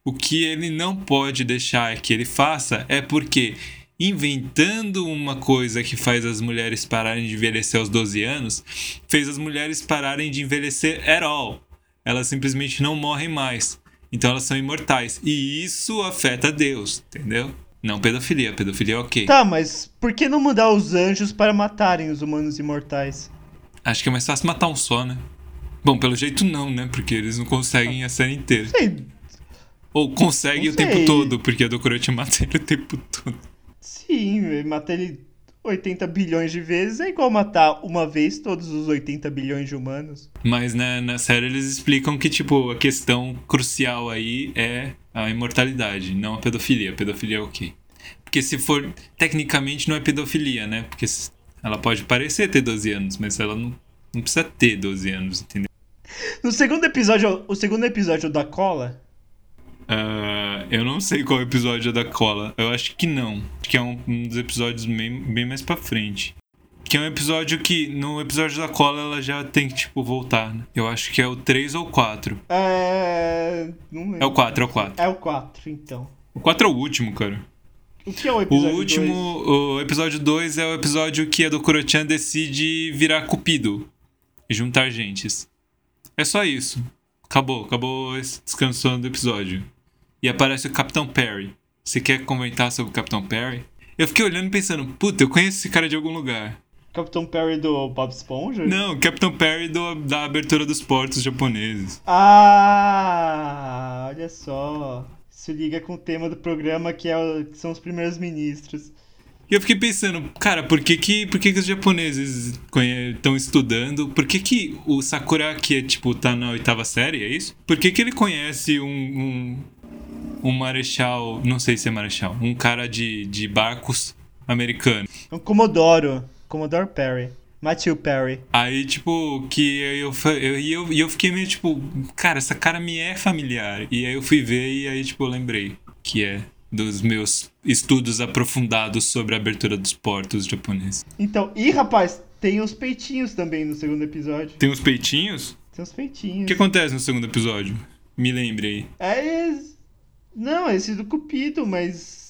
Speaker 2: O que ele não pode deixar que ele faça é porque inventando uma coisa que faz as mulheres pararem de envelhecer aos 12 anos, fez as mulheres pararem de envelhecer at all. Elas simplesmente não morrem mais. Então elas são imortais. E isso afeta Deus, entendeu? Não pedofilia. Pedofilia é ok.
Speaker 1: Tá, mas por que não mudar os anjos para matarem os humanos imortais?
Speaker 2: Acho que é mais fácil matar um só, né? Bom, pelo jeito não, né? Porque eles não conseguem a série inteira.
Speaker 1: Sei,
Speaker 2: Ou conseguem
Speaker 1: Não
Speaker 2: o tempo
Speaker 1: sei.
Speaker 2: todo, porque a Dokuro te mata ele o tempo todo.
Speaker 1: sim, velho, matar ele 80 bilhões de vezes é igual matar uma vez todos os 80 bilhões de humanos.
Speaker 2: Mas né, na série eles explicam que, tipo, a questão crucial aí é a imortalidade, não a pedofilia. A pedofilia é ok. Porque se for. Tecnicamente não é pedofilia, né? Porque s- ela pode parecer ter 12 anos, mas ela não, não precisa ter 12 anos, entendeu?
Speaker 1: No segundo episódio, o segundo episódio da cola,
Speaker 2: Ah, eu não sei qual episódio é da cola. Eu acho que não. Acho que é um, um dos episódios bem, bem mais pra frente. Que é um episódio que, no episódio da cola, ela já tem que, tipo, voltar, né? Eu acho que é o 3 ou o 4.
Speaker 1: é... Não lembro.
Speaker 2: É o 4, é o 4.
Speaker 1: É o 4, então.
Speaker 2: O 4 é o último, cara.
Speaker 1: O que é o
Speaker 2: O
Speaker 1: episódio
Speaker 2: último,
Speaker 1: dois?
Speaker 2: o episódio 2 é o episódio que a do Kurochan decide virar cupido e juntar gentes. É só isso. Acabou, acabou esse descanso do episódio. E aparece o Capitão Perry. Você quer comentar sobre o Capitão Perry? Eu fiquei olhando e pensando, puta, eu conheço esse cara de algum lugar.
Speaker 1: Capitão Perry do Bob Esponja?
Speaker 2: Não, o Capitão Perry do- da abertura dos portos japoneses.
Speaker 1: Ah, olha só. Isso liga com o tema do programa que, é o- que são os primeiros ministros.
Speaker 2: E eu fiquei pensando, cara, por que que, por que, que os japoneses estão estudando? Por que que o Sakura, que é, tipo, tá na oitava série, é isso? Por que que ele conhece um, um, um marechal, não sei se é marechal, um cara de, de barcos americano?
Speaker 1: É um Comodoro. Comodoro Perry. Matthew Perry.
Speaker 2: Aí, tipo, que eu, fa- eu, e eu, e eu fiquei meio, tipo, cara, essa cara me é familiar. E aí eu fui ver e aí, tipo, eu lembrei que é dos meus estudos aprofundados sobre a abertura dos portos japoneses.
Speaker 1: Então, e rapaz, tem os peitinhos também no segundo episódio.
Speaker 2: Tem uns peitinhos?
Speaker 1: Tem os
Speaker 2: O
Speaker 1: peitinhos.
Speaker 2: que acontece no segundo episódio? Me lembre aí.
Speaker 1: É esse... Não, é esse do Cupido, mas.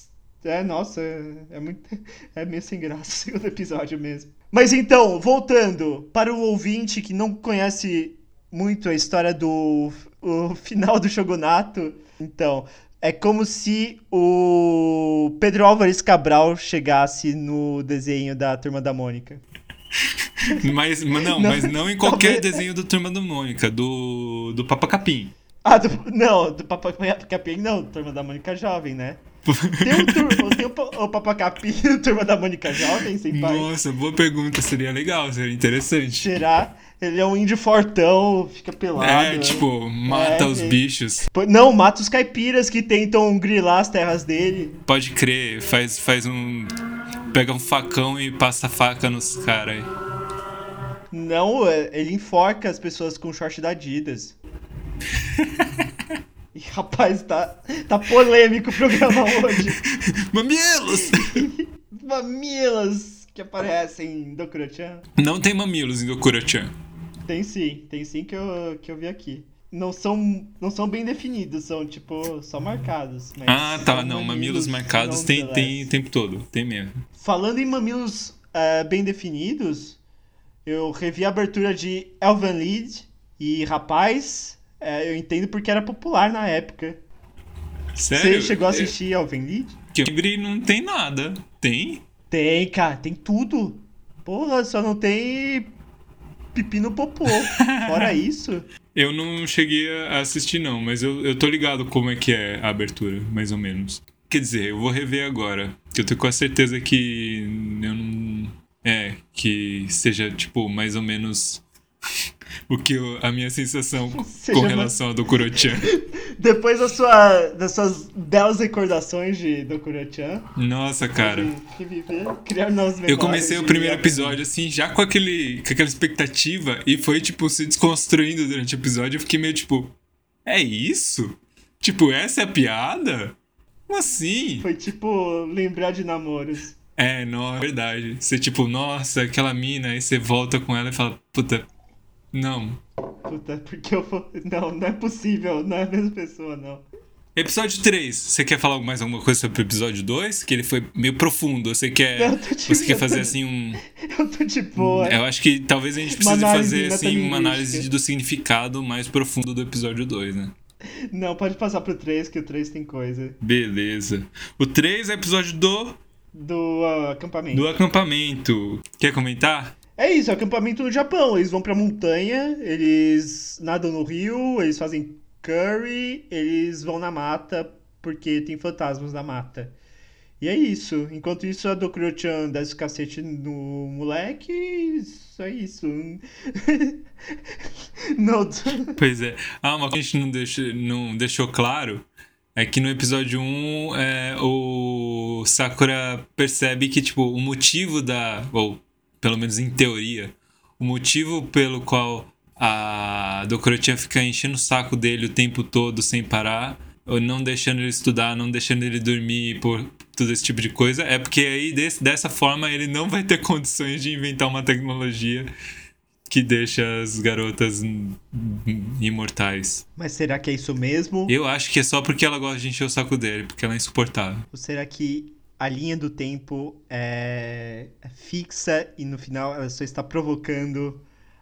Speaker 1: É, nossa, é- é muito. É meio sem graça o segundo episódio mesmo. Mas então, voltando, para o ouvinte que não conhece muito a história do o final do shogunato. Então, é como se o Pedro Álvares Cabral chegasse no desenho da Turma da Mônica.
Speaker 2: Mas, mas
Speaker 1: Não,
Speaker 2: não, mas não em qualquer
Speaker 1: talvez-
Speaker 2: desenho do Turma da Mônica, do, do Papa Capim.
Speaker 1: Ah, do, não, do Papacapim não, Turma da Mônica Jovem, né? Tem o, tur, tem o, pa- o Papacapim do Turma da Mônica Jovem, sem pai?
Speaker 2: Nossa, boa pergunta, seria legal, seria interessante.
Speaker 1: Será? Ele é um índio fortão, fica pelado.
Speaker 2: É,
Speaker 1: né?
Speaker 2: tipo, mata
Speaker 1: É,
Speaker 2: os
Speaker 1: é.
Speaker 2: bichos.
Speaker 1: Pô, Não, mata os caipiras que tentam grilar as terras dele.
Speaker 2: Pode crer, faz, faz um. Pega um facão e passa a faca nos caras.
Speaker 1: Não, é- ele enforca as pessoas com short da Adidas. E, rapaz, tá, tá polêmico o programa hoje.
Speaker 2: Mamilos!
Speaker 1: Mamilas que aparecem em Dokuro-chan.
Speaker 2: Não tem mamilos em Dokuro-chan.
Speaker 1: Tem sim, tem sim que eu, que eu vi aqui. Não são, não são bem definidos, são tipo só marcados. mas
Speaker 2: Ah, tá,
Speaker 1: É, são
Speaker 2: não, mamilos marcados
Speaker 1: não
Speaker 2: tem, tem
Speaker 1: celestes.
Speaker 2: o tempo todo, tem mesmo.
Speaker 1: Falando em mamilos eh, bem definidos, eu revi a abertura de Elvan Lead e rapaz, eh, eu entendo porque era popular na época.
Speaker 2: Sério? É.
Speaker 1: Você chegou a assistir Elvan Lead?
Speaker 2: Kibri não tem nada. Tem?
Speaker 1: Tem, cara, tem tudo. Porra, só não tem pipi no popô. Fora isso.
Speaker 2: Eu não cheguei a assistir, não, mas eu, eu tô ligado como é que é a abertura, mais ou menos. Quer dizer, eu vou rever agora. que Eu tô com a certeza que eu não. É, que seja, tipo, mais ou menos o que eu- a minha sensação
Speaker 1: Seja
Speaker 2: com
Speaker 1: mais-
Speaker 2: relação ao do Kurochan.
Speaker 1: Depois da sua, das suas belas recordações de Dokuro-chan,
Speaker 2: Nossa, cara.
Speaker 1: de reviver, criar novas memórias.
Speaker 2: Eu comecei o
Speaker 1: de-
Speaker 2: primeiro episódio, assim, já com, aquele, com aquela expectativa, e foi, tipo, se desconstruindo durante o episódio. Eu fiquei meio tipo, é isso? Tipo, essa é a piada? Como assim?
Speaker 1: Foi tipo lembrar de namoros.
Speaker 2: É, não, é verdade. Você, tipo, nossa, aquela mina, aí você volta com ela e fala, puta, não.
Speaker 1: Puta, porque eu vou. Não, não é possível, não é a mesma pessoa, não.
Speaker 2: Episódio 3, você quer falar mais alguma coisa sobre o episódio 2? Que ele foi meio profundo, você quer,
Speaker 1: Não, eu tô te-
Speaker 2: você quer
Speaker 1: eu tô
Speaker 2: fazer,
Speaker 1: te-
Speaker 2: assim, um...
Speaker 1: Eu tô de boa.
Speaker 2: Eu acho que talvez a gente precise
Speaker 1: análise
Speaker 2: fazer assim
Speaker 1: metalinguística.
Speaker 2: uma análise do significado mais profundo do episódio 2, né?
Speaker 1: Não, pode passar pro 3, que o 3 tem coisa.
Speaker 2: Beleza. O 3 é episódio do,
Speaker 1: Do ah, acampamento.
Speaker 2: do acampamento. Quer comentar?
Speaker 1: É isso, é o acampamento no Japão. Eles vão pra montanha, eles nadam no rio, eles fazem curry, eles vão na mata, porque tem fantasmas na mata. E é isso. Enquanto isso, a Dokuro-chan desce o cacete no moleque. Isso é isso. Não.
Speaker 2: Pois é. Ah, uma coisa que a gente não deixou, não deixou claro é que no episódio 1 é, o Sakura percebe que, tipo, o motivo da. Ou, pelo menos em teoria, o motivo pelo qual a Dokuro-chan fica enchendo o saco dele o tempo todo sem parar, ou não deixando ele estudar, não deixando ele dormir, por todo esse tipo de coisa, é porque aí desse- dessa forma ele não vai ter condições de inventar uma tecnologia que deixa as garotas hum, hum, imortais.
Speaker 1: Mas será que é isso mesmo?
Speaker 2: Eu acho que é só porque ela gosta de encher o saco dele, porque ela é insuportável.
Speaker 1: Ou será que a linha do tempo é fixa e no final ela só está provocando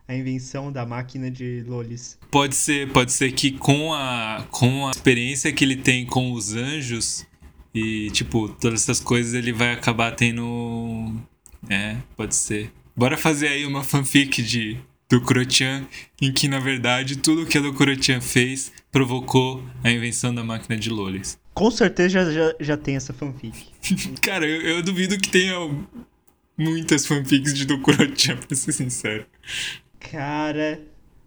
Speaker 1: a invenção da máquina de Lolis?
Speaker 2: Pode ser, pode ser que com a, com a experiência que ele tem com os anjos e, tipo, todas essas coisas, ele vai acabar tendo. É, pode ser. Bora fazer aí uma fanfic de do Kurochan, em que, na verdade, tudo que a do Kurochan fez provocou a invenção da máquina de Lolis.
Speaker 1: Com certeza já, já, já tem essa fanfic.
Speaker 2: Cara, eu, eu duvido que tenha muitas fanfics de do Kurochan, pra ser sincero.
Speaker 1: Cara,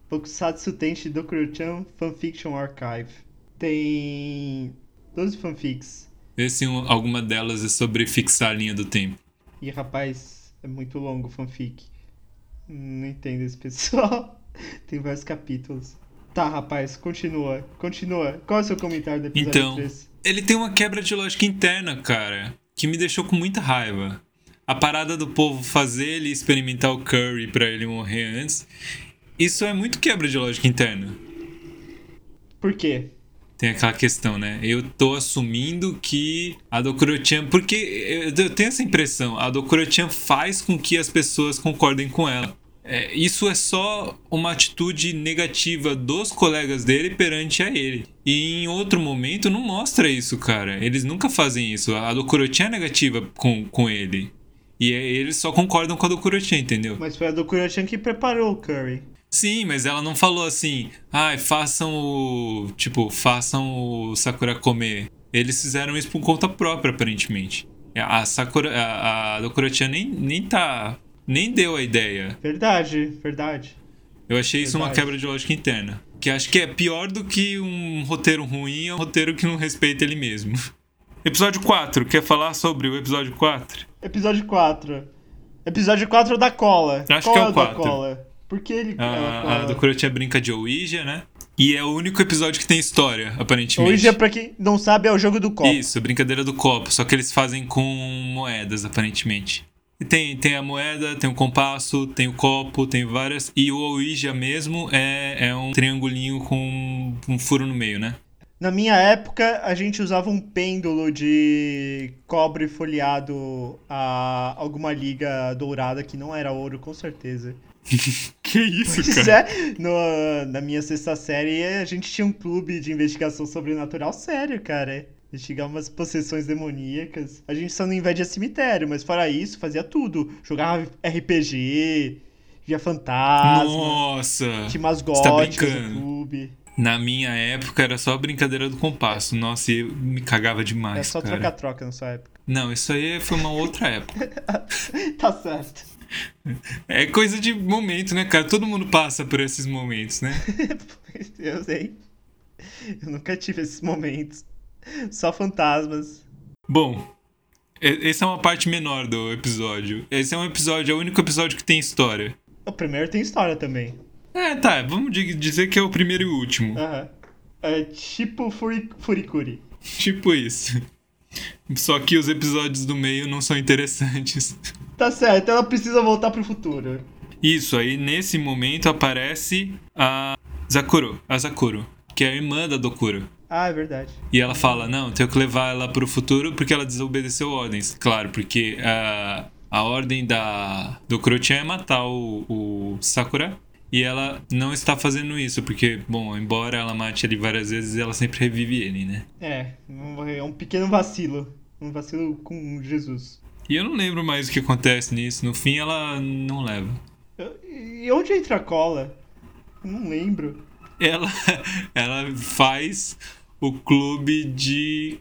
Speaker 1: Tokusatsu Tenshi Dokuro-chan Fanfiction Archive. Tem 12 fanfics.
Speaker 2: Vê se um- alguma delas é sobre fixar a linha do tempo.
Speaker 1: E rapaz, é muito longo o fanfic. Não entendo esse pessoal. Tem vários capítulos. Tá, rapaz, continua. Continua. Qual é o seu comentário do episódio
Speaker 2: Então,
Speaker 1: 3?
Speaker 2: Ele tem uma quebra de lógica interna, cara, que me deixou com muita raiva. A parada do povo fazer ele experimentar o curry pra ele morrer antes, isso é muito quebra de lógica interna.
Speaker 1: Por quê?
Speaker 2: Tem aquela questão, né? Eu tô assumindo que a Dokuro-chan... Porque eu eu tenho essa impressão. A Dokuro-chan faz com que as pessoas concordem com ela. É, isso é só uma atitude negativa dos colegas dele perante a ele. E em outro momento não mostra isso, cara. Eles nunca fazem isso. A do Kurochi é negativa com, com ele. E é- eles só concordam com a do Kurochi, entendeu?
Speaker 1: Mas foi a do Kurochan que preparou o Curry.
Speaker 2: Sim, mas ela não falou assim, ai, façam o. Tipo, façam o Sakura comer. Eles fizeram isso por conta própria, aparentemente. É, A Sakura. A, a do Kurochi nem, nem tá. Nem deu a ideia.
Speaker 1: Verdade, verdade.
Speaker 2: Eu achei isso uma
Speaker 1: Verdade.
Speaker 2: quebra de lógica interna. Que acho que é pior do que um roteiro ruim, é um roteiro que não respeita ele mesmo. Episódio 4, quer falar sobre o episódio 4?
Speaker 1: Episódio 4. Episódio 4 é o da cola.
Speaker 2: Acho
Speaker 1: Qual
Speaker 2: que é o
Speaker 1: da
Speaker 2: 4.
Speaker 1: cola? Por que ele é
Speaker 2: A,
Speaker 1: ela
Speaker 2: a do Kurotia brinca de Ouija, né? E é o único episódio que tem história, aparentemente.
Speaker 1: Então, Hoje, pra quem não sabe, é o jogo do copo.
Speaker 2: Isso, brincadeira do copo, só que eles fazem com moedas, aparentemente. E tem, tem a moeda, tem o compasso, tem o copo, tem várias. E o Ouija mesmo é, é um triangulinho com um furo no meio, né?
Speaker 1: Na minha época, a gente usava um pêndulo de cobre folheado a alguma liga dourada que não era ouro, com certeza.
Speaker 2: Que isso,
Speaker 1: Isso é, no- na minha sexta série, a gente tinha um clube de investigação sobrenatural sério, cara. Investigar umas possessões demoníacas. A gente só não invadia cemitério, mas fora isso, fazia tudo. Jogava RPG, via fantasma,
Speaker 2: Nossa!
Speaker 1: tinha umas
Speaker 2: você tá
Speaker 1: góticas no
Speaker 2: brincando.
Speaker 1: clube.
Speaker 2: Na minha época era só a brincadeira do compasso. Nossa, e eu me cagava demais,
Speaker 1: Era É só
Speaker 2: cara.
Speaker 1: troca-troca na sua época.
Speaker 2: Não, isso aí foi uma outra época.
Speaker 1: Tá certo.
Speaker 2: É coisa de momento, né, cara? Todo mundo passa por esses momentos, né?
Speaker 1: Pois Eu sei. Eu nunca tive esses momentos. Só fantasmas.
Speaker 2: Bom, e- essa é uma parte menor do episódio. Esse é um episódio, é o único episódio que tem história.
Speaker 1: O primeiro tem história também.
Speaker 2: É, tá, vamos di- dizer que é o primeiro e o último.
Speaker 1: Aham. É tipo furi Furikuri.
Speaker 2: Tipo isso. Só que os episódios do meio não são interessantes.
Speaker 1: Tá certo, ela precisa voltar pro futuro.
Speaker 2: Isso, aí nesse momento aparece a Zakuro, a Zakuro, que é a irmã da Dokuro.
Speaker 1: Ah, é verdade.
Speaker 2: E ela fala, não, tenho que levar ela pro futuro porque ela desobedeceu ordens. Claro, porque ah, a ordem da do Kurochan é matar o, o Sakura. E ela não está fazendo isso, porque, bom, embora ela mate ele várias vezes, ela sempre revive ele, né?
Speaker 1: É, um- é um pequeno vacilo. Um vacilo com Jesus.
Speaker 2: E eu não lembro mais o que acontece nisso. No fim, ela não leva.
Speaker 1: Eu- E onde entra a cola? Eu não lembro.
Speaker 2: ela, ela faz o clube de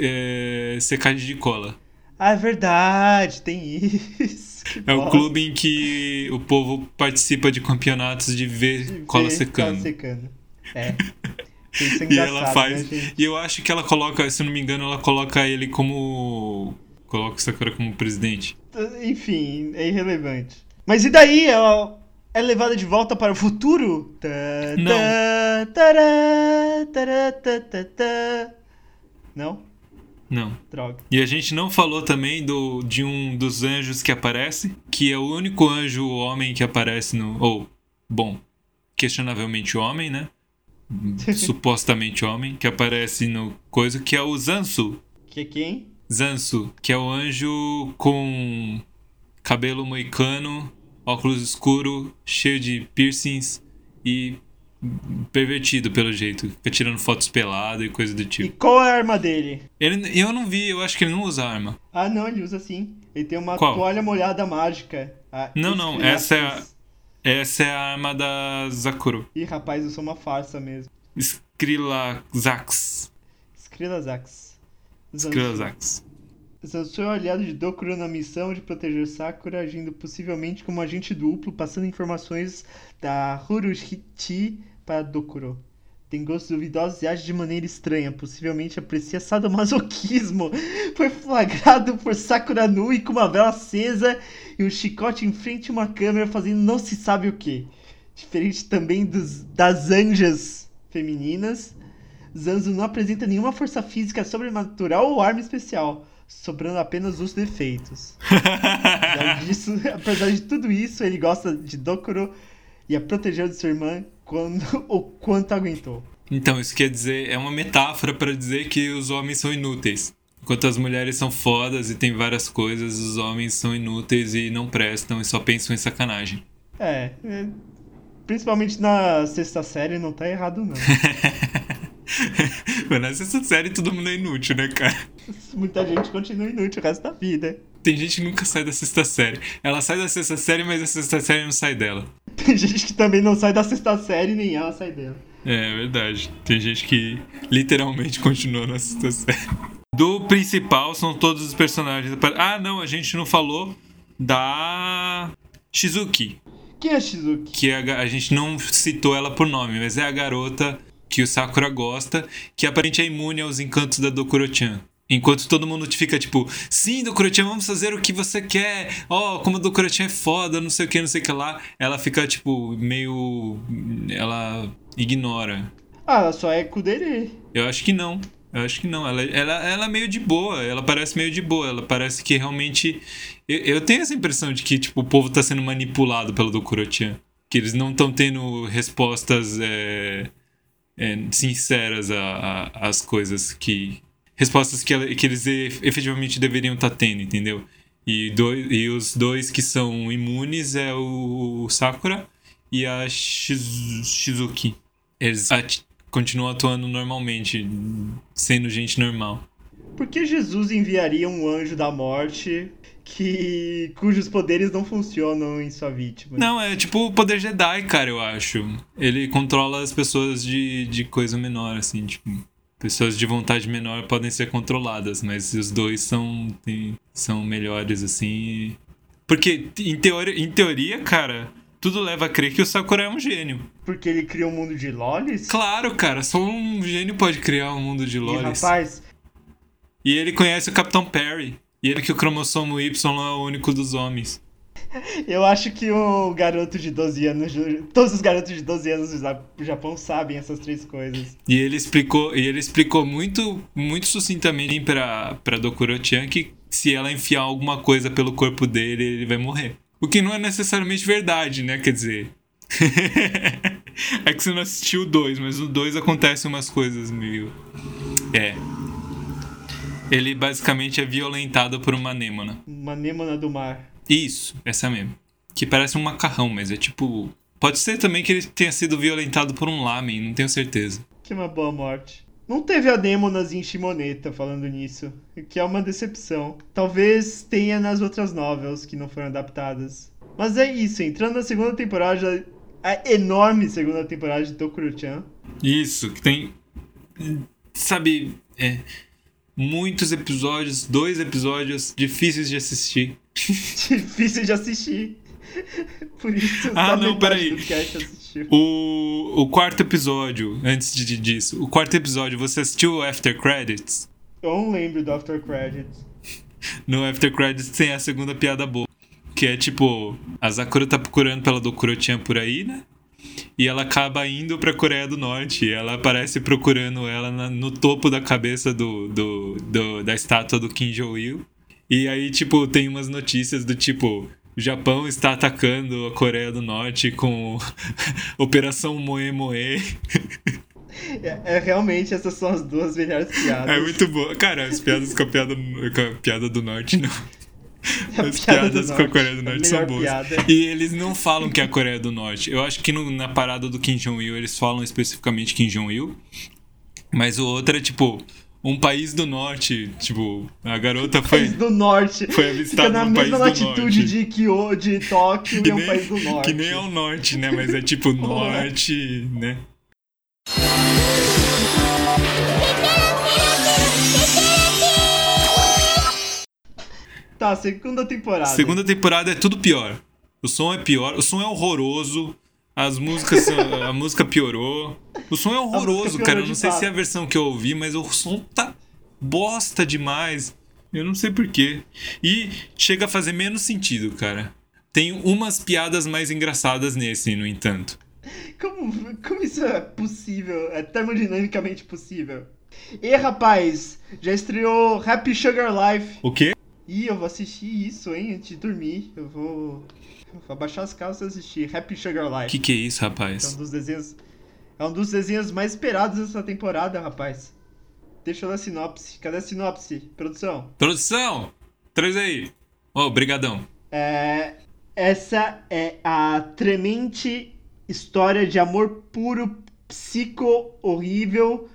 Speaker 2: eh, secagem de cola.
Speaker 1: Ah, é verdade, tem isso. Que
Speaker 2: É o
Speaker 1: bosta.
Speaker 2: clube em que o povo participa de campeonatos de ver
Speaker 1: De
Speaker 2: cola
Speaker 1: ver
Speaker 2: secando.
Speaker 1: Cola secando. É. Isso é
Speaker 2: E ela
Speaker 1: engraçado,
Speaker 2: faz.
Speaker 1: né, gente?
Speaker 2: e eu acho que ela coloca, se eu não me engano, ela coloca ele como. Coloca o Sakura como presidente.
Speaker 1: Enfim, é irrelevante. Mas e daí? Ela é levada de volta para o futuro? Tá,
Speaker 2: Não.
Speaker 1: tá, tará, tará, tá, tá, tá. Não?
Speaker 2: Não.
Speaker 1: Droga.
Speaker 2: E a gente não falou também do, de um dos anjos que aparece, que é o único anjo homem que aparece no. Ou, bom, questionavelmente homem, né? Supostamente homem, que aparece no coisa, que é o Zansu.
Speaker 1: Que quem?
Speaker 2: Zansu, que é o anjo com cabelo moicano, óculos escuro, cheio de piercings e pervertido pelo jeito. Fica tirando fotos pelado e coisa do
Speaker 1: E
Speaker 2: tipo.
Speaker 1: qual é a arma dele?
Speaker 2: Ele, eu não vi, eu acho que ele não usa arma.
Speaker 1: Ah, não, ele usa sim. Ele tem uma
Speaker 2: Qual?
Speaker 1: toalha molhada mágica. Ah,
Speaker 2: Não, não,
Speaker 1: escreve
Speaker 2: essa é a-
Speaker 1: aspas.
Speaker 2: Essa é a arma da Zakuro.
Speaker 1: Ih, rapaz, eu sou uma farsa mesmo.
Speaker 2: Skrillex.
Speaker 1: Skrillazax.
Speaker 2: Skrillex.
Speaker 1: Sansu é o aliado de Dokuro na missão de proteger Sakura, agindo possivelmente como agente duplo, passando informações da Hurushi para Dokuro. Tem gostos duvidosos e age de maneira estranha, possivelmente aprecia sadomasoquismo. Foi flagrado por Sakura nu e com uma vela acesa e um chicote em frente a uma câmera fazendo não se sabe o que. Diferente também dos, das anjas femininas, Zanzo não apresenta nenhuma força física sobrenatural ou arma especial, sobrando apenas os defeitos. Apesar, disso- apesar de tudo isso, ele gosta de Dokuro e a protegeu de sua irmã quando ou quanto aguentou.
Speaker 2: Então, isso quer dizer, é uma metáfora pra dizer que os homens são inúteis. Enquanto as mulheres são fodas e tem várias coisas, os homens são inúteis e não prestam e só pensam em sacanagem.
Speaker 1: É, é, principalmente na sexta série não tá errado, não.
Speaker 2: Mano, essa série todo mundo é inútil, né, cara?
Speaker 1: Muita gente continua inútil o resto da vida.
Speaker 2: Tem gente que nunca sai da sexta série. Ela sai da sexta série, mas a sexta série não sai dela.
Speaker 1: Tem gente que também não sai da sexta série, nem ela sai dela.
Speaker 2: É, é verdade. Tem gente que literalmente continua na sexta série. Do principal são todos os personagens. Ah, não, a gente não falou da Shizuki,
Speaker 1: Quem é Shizuki?
Speaker 2: que é a, ga- a gente não citou ela por nome, mas é a garota que o Sakura gosta, que aparentemente é imune aos encantos da Dokuro-chan. Enquanto todo mundo fica tipo, sim, Dokuro-chan, vamos fazer o que você quer. Ó, como a Dokuro-chan é foda, não sei o que, não sei o que lá. Ela fica tipo, meio. Ela ignora.
Speaker 1: Ah, ela só é Kudere.
Speaker 2: Eu acho que não. Eu acho que não. Ela, ela, ela é meio de boa. Ela parece meio de boa. Ela parece que realmente. Eu, eu tenho essa impressão de que tipo, o povo tá sendo manipulado pelo Dokurotian. Que eles não estão tendo respostas é, é, sinceras a- a- às coisas que. Respostas que, ela- que eles e- efetivamente deveriam estar tendo, entendeu? E, dois, e os dois que são imunes é o Sakura e a Shiz- Shizuki. Eles ati- continuam atuando normalmente, sendo gente normal.
Speaker 1: Por que Jesus enviaria um anjo da morte que cujos poderes não funcionam em sua vítima?
Speaker 2: Não, é tipo o poder Jedi, cara, eu acho. Ele controla as pessoas de, de coisa menor, assim, tipo. Pessoas de vontade menor podem ser controladas, mas os dois são, tem- são melhores, assim. Porque, em, teori, em teoria, cara, tudo leva a crer que o Sakura é um gênio.
Speaker 1: Porque ele cria um mundo de lolis?
Speaker 2: Claro, cara, só um gênio pode criar um mundo de
Speaker 1: E,
Speaker 2: lolis.
Speaker 1: rapaz,
Speaker 2: E ele conhece o Capitão Perry. E ele que o cromossomo Y é o único dos homens.
Speaker 1: eu acho que o garoto de 12 anos, todos os garotos de 12 anos do Ja- Japão sabem essas três coisas.
Speaker 2: E ele explicou, e ele explicou muito, muito sucintamente pra, pra Dokuro-chan que se ela enfiar alguma coisa pelo corpo dele, ele vai morrer. O que não é necessariamente verdade, né? Quer dizer. é que você não assistiu o 2, mas no 2 acontecem umas coisas meio. É. Ele basicamente é violentado por uma anêmona.
Speaker 1: Uma anêmona do mar.
Speaker 2: Isso, essa mesmo. Que parece um macarrão, mas é tipo. Pode ser também que ele tenha sido violentado por um lamen, não tenho certeza.
Speaker 1: Que uma boa morte. Não teve anêmonas em Shimoneta falando nisso, o que é uma decepção. Talvez tenha nas outras novels que não foram adaptadas. Mas é isso, entrando na segunda temporada, a enorme segunda temporada de Tokuro-chan.
Speaker 2: Isso, que tem. Sabe. é, muitos episódios, dois episódios difíceis de assistir.
Speaker 1: Difícil de assistir. Por isso,
Speaker 2: Ah,
Speaker 1: só
Speaker 2: não,
Speaker 1: metade
Speaker 2: peraí.
Speaker 1: do cast assistiu.
Speaker 2: O, o quarto episódio, antes de, de- disso, o quarto episódio, você assistiu o After Credits?
Speaker 1: Eu não lembro do After Credits.
Speaker 2: No After Credits tem a segunda piada boa. Que é tipo, a Sakura tá procurando pela Dokuro-chan por aí, né? E ela acaba indo pra Coreia do Norte. E ela aparece procurando ela na- no topo da cabeça do, do, do- da estátua do Kim Jong-il. E aí, tipo, tem umas notícias do tipo... O Japão está atacando a Coreia do Norte com Operação Moe Moe.
Speaker 1: É, é, realmente, essas são as duas melhores piadas.
Speaker 2: É muito boa. Cara, as piadas com a piada, com a piada do Norte, não.
Speaker 1: A
Speaker 2: As
Speaker 1: piada do
Speaker 2: piadas com a
Speaker 1: norte,
Speaker 2: Coreia do
Speaker 1: a
Speaker 2: Norte são
Speaker 1: melhor
Speaker 2: boas.
Speaker 1: piada.
Speaker 2: E eles não falam que é a Coreia do Norte. Eu acho que no- na parada do Kim Jong-il eles falam especificamente Kim Jong-il. Mas o outro é tipo, um país do norte. Tipo, a garota
Speaker 1: país
Speaker 2: foi.
Speaker 1: do norte.
Speaker 2: Foi
Speaker 1: Fica
Speaker 2: avistado
Speaker 1: na
Speaker 2: num país
Speaker 1: mesma
Speaker 2: do
Speaker 1: latitude
Speaker 2: norte.
Speaker 1: de Kyoto, de Tóquio e
Speaker 2: Que
Speaker 1: é um
Speaker 2: nem,
Speaker 1: país do norte.
Speaker 2: que nem é o norte, né? Mas é tipo norte, né?
Speaker 1: Tá, segunda temporada.
Speaker 2: Segunda temporada é tudo pior. O som é pior, o som é horroroso. As músicas, são- a música piorou. O som é horroroso,
Speaker 1: piorou
Speaker 2: cara. Eu
Speaker 1: de
Speaker 2: não sei
Speaker 1: fato.
Speaker 2: se é a versão que eu ouvi, mas o som tá bosta demais. Eu não sei porquê. E chega a fazer menos sentido, cara. Tem umas piadas mais engraçadas nesse, no entanto.
Speaker 1: Como, como isso é possível? É termodinamicamente possível. E rapaz, já estreou Happy Sugar Life.
Speaker 2: O quê?
Speaker 1: Ih, eu vou assistir isso, hein, antes de dormir. Eu vou, eu vou abaixar as calças e assistir Happy Sugar
Speaker 2: O
Speaker 1: Life.
Speaker 2: que, que é isso,
Speaker 1: É um
Speaker 2: rapaz?
Speaker 1: dos desenhos. É um dos desenhos mais esperados dessa temporada, rapaz. Deixa eu ler a sinopse. Cadê a sinopse? Produção.
Speaker 2: Produção! Traz aí. Ô, brigadão.
Speaker 1: É, Essa é a tremente história de amor puro, psico horrível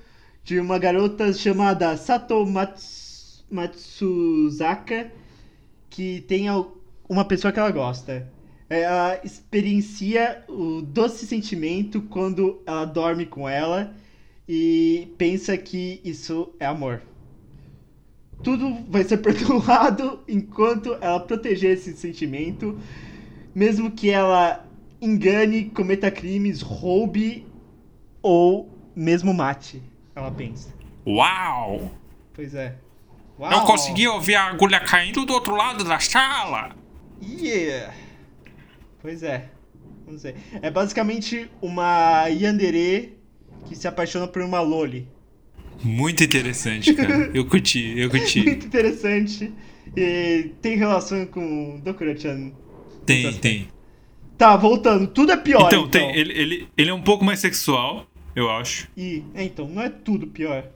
Speaker 1: de uma garota chamada Sato Mats- Matsuzaka que tem al- uma pessoa que ela gosta. É, Ela experiencia o doce sentimento quando ela dorme com ela e pensa que isso é amor. Tudo vai ser perdoado enquanto ela proteger esse sentimento, mesmo que ela engane, cometa crimes, roube ou mesmo mate, ela pensa.
Speaker 2: Uau!
Speaker 1: Pois é.
Speaker 2: Eu
Speaker 1: Uau!
Speaker 2: consegui ouvir a agulha caindo do outro lado da sala!
Speaker 1: Yeah! Pois é. Vamos ver. É basicamente uma Yandere que se apaixona por uma Loli.
Speaker 2: Muito interessante, cara. Eu curti, eu curti.
Speaker 1: Muito interessante. E tem relação com Dokuro-chan.
Speaker 2: Tem, tem.
Speaker 1: Tá, voltando. Tudo é pior. Então,
Speaker 2: Então, tem. Ele, ele, ele é um pouco mais sexual, eu acho.
Speaker 1: E, é, então, não é tudo pior.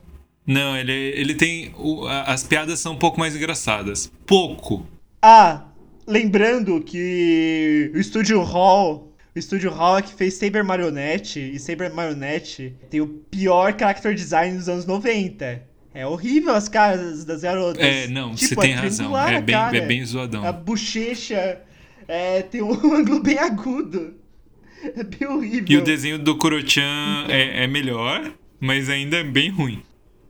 Speaker 2: Não, ele, ele tem. o- a- as piadas são um pouco mais engraçadas. Pouco.
Speaker 1: Ah, lembrando que o Studio Hall. O Studio Hall é que fez Saber Marionette. E Saber Marionette tem o pior character design dos anos 90. É horrível as caras das garotas.
Speaker 2: É, não,
Speaker 1: Tipo,
Speaker 2: você tem
Speaker 1: é
Speaker 2: razão.
Speaker 1: triangular
Speaker 2: É
Speaker 1: a
Speaker 2: bem,
Speaker 1: cara.
Speaker 2: é bem zoadão.
Speaker 1: A bochecha é, tem um ângulo bem agudo. É bem horrível.
Speaker 2: E o desenho do Kurochan é, é melhor, mas ainda é bem ruim.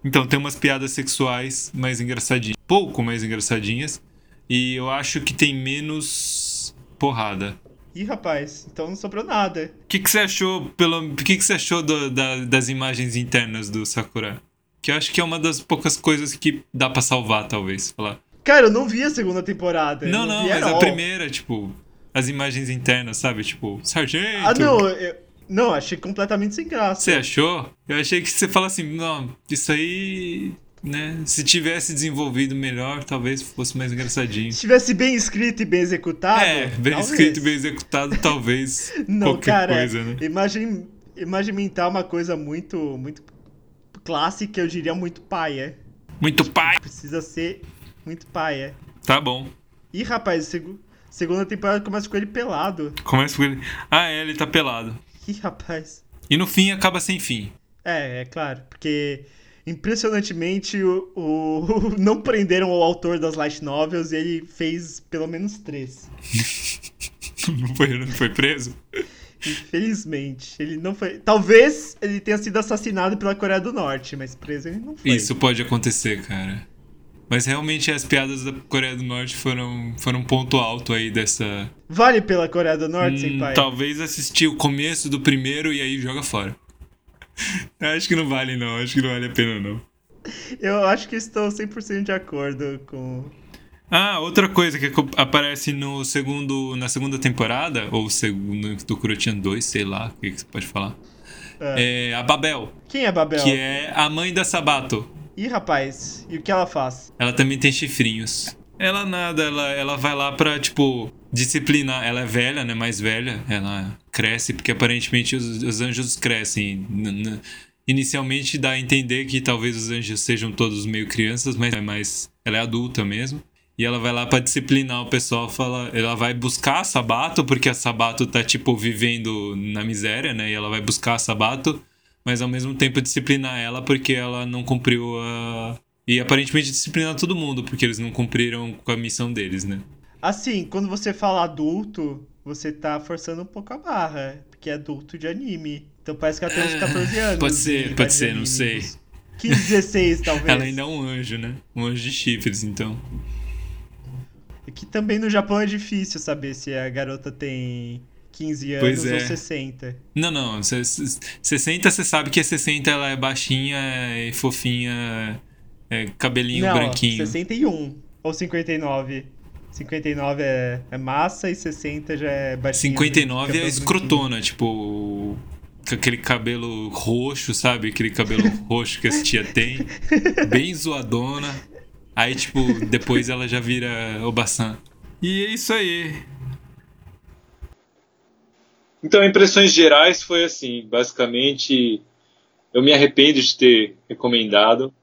Speaker 2: Então tem umas piadas sexuais mais engraçadinhas. Pouco mais engraçadinhas. E eu acho que tem menos porrada.
Speaker 1: Ih, rapaz, então não sobrou nada.
Speaker 2: O que, que você achou, pelo. O que, que você achou do- da- das imagens internas do Sakura? Que eu acho que é uma das poucas coisas que dá pra salvar, talvez. Falar.
Speaker 1: Cara, eu não vi a segunda temporada.
Speaker 2: Não,
Speaker 1: eu
Speaker 2: não,
Speaker 1: vi
Speaker 2: mas
Speaker 1: at
Speaker 2: a
Speaker 1: all.
Speaker 2: primeira, tipo, as imagens internas, sabe? Tipo, sargento.
Speaker 1: Ah, não, eu, não, achei completamente sem graça.
Speaker 2: Você achou? Eu achei que você fala assim, não, isso aí, né? Se tivesse desenvolvido melhor, talvez fosse mais engraçadinho.
Speaker 1: Se tivesse bem escrito e bem executado.
Speaker 2: É, bem
Speaker 1: Ah, talvez.
Speaker 2: escrito e bem executado, talvez
Speaker 1: Não,
Speaker 2: qualquer
Speaker 1: cara,
Speaker 2: coisa, né?
Speaker 1: Imagem, imagem mental é uma coisa muito, muito clássica, eu diria muito paia.
Speaker 2: Muito pai!
Speaker 1: Precisa ser muito paia.
Speaker 2: Tá bom.
Speaker 1: Ih, rapaz, segu- segunda temporada começa com ele pelado.
Speaker 2: Começa com ele. Ah, é, ele tá pelado.
Speaker 1: Ih, rapaz.
Speaker 2: E no fim acaba sem fim.
Speaker 1: É, é claro, porque impressionantemente o, o- não prenderam o autor das light novels e ele fez pelo menos três.
Speaker 2: Não foi, não foi preso?
Speaker 1: Infelizmente, ele não foi. Talvez ele tenha sido assassinado pela Coreia do Norte, mas preso ele não foi.
Speaker 2: Isso pode acontecer, cara. Mas realmente as piadas da Coreia do Norte foram, foram um ponto alto aí dessa.
Speaker 1: Vale pela Coreia do Norte,
Speaker 2: Hum,
Speaker 1: senpai?
Speaker 2: Talvez assistir o começo do primeiro e aí joga fora. acho que não vale, não. Acho que não vale a pena, não.
Speaker 1: Eu acho que estou 100% de acordo com.
Speaker 2: Ah, outra coisa que co- aparece no segundo, na segunda temporada, ou segundo do Kurochan 2, sei lá, o que, que você pode falar? É, a Babel,
Speaker 1: Quem é Babel?
Speaker 2: que é a mãe da Sabato.
Speaker 1: Ih, rapaz, e o que ela faz?
Speaker 2: Ela também tem chifrinhos. Ela nada, ela, ela vai lá pra, tipo, disciplinar. Ela é velha, né? Mais velha. Ela cresce, porque aparentemente os, os anjos crescem. N- n- Inicialmente dá a entender que talvez os anjos sejam todos meio crianças, mas, mas ela é adulta mesmo. E ela vai lá pra disciplinar o pessoal, fala, ela vai buscar a Sabato, porque a Sabato tá tipo vivendo na miséria, né? E ela vai buscar a Sabato, mas ao mesmo tempo disciplinar ela porque ela não cumpriu a e aparentemente disciplinar todo mundo porque eles não cumpriram com a missão deles, né?
Speaker 1: Assim, quando você fala adulto, você tá forçando um pouco a barra, porque é adulto de anime. Então parece que ela tem uns 14 anos.
Speaker 2: pode
Speaker 1: de
Speaker 2: ser,
Speaker 1: idade
Speaker 2: pode
Speaker 1: de
Speaker 2: ser, não
Speaker 1: anime,
Speaker 2: sei.
Speaker 1: uns 15, 16 talvez.
Speaker 2: Ela ainda é um anjo, né? Um anjo de chifres, então.
Speaker 1: Que também no Japão é difícil saber se a garota tem 15
Speaker 2: Pois
Speaker 1: anos
Speaker 2: é.
Speaker 1: ou 60.
Speaker 2: Não, não. se- se- 60, você sabe que a 60 ela é baixinha e fofinha, é, cabelinho
Speaker 1: não,
Speaker 2: branquinho.
Speaker 1: 61 ou 59. 59 é, é massa e 60 já é baixinho.
Speaker 2: 59 é
Speaker 1: cabelo
Speaker 2: escrotona, tipo. Com aquele cabelo roxo, sabe? Aquele cabelo roxo que a tia tem. Bem zoadona. Aí, tipo, depois ela já vira Obasan. E é isso aí.
Speaker 3: Então, impressões gerais foi assim, basicamente, eu me arrependo de ter recomendado.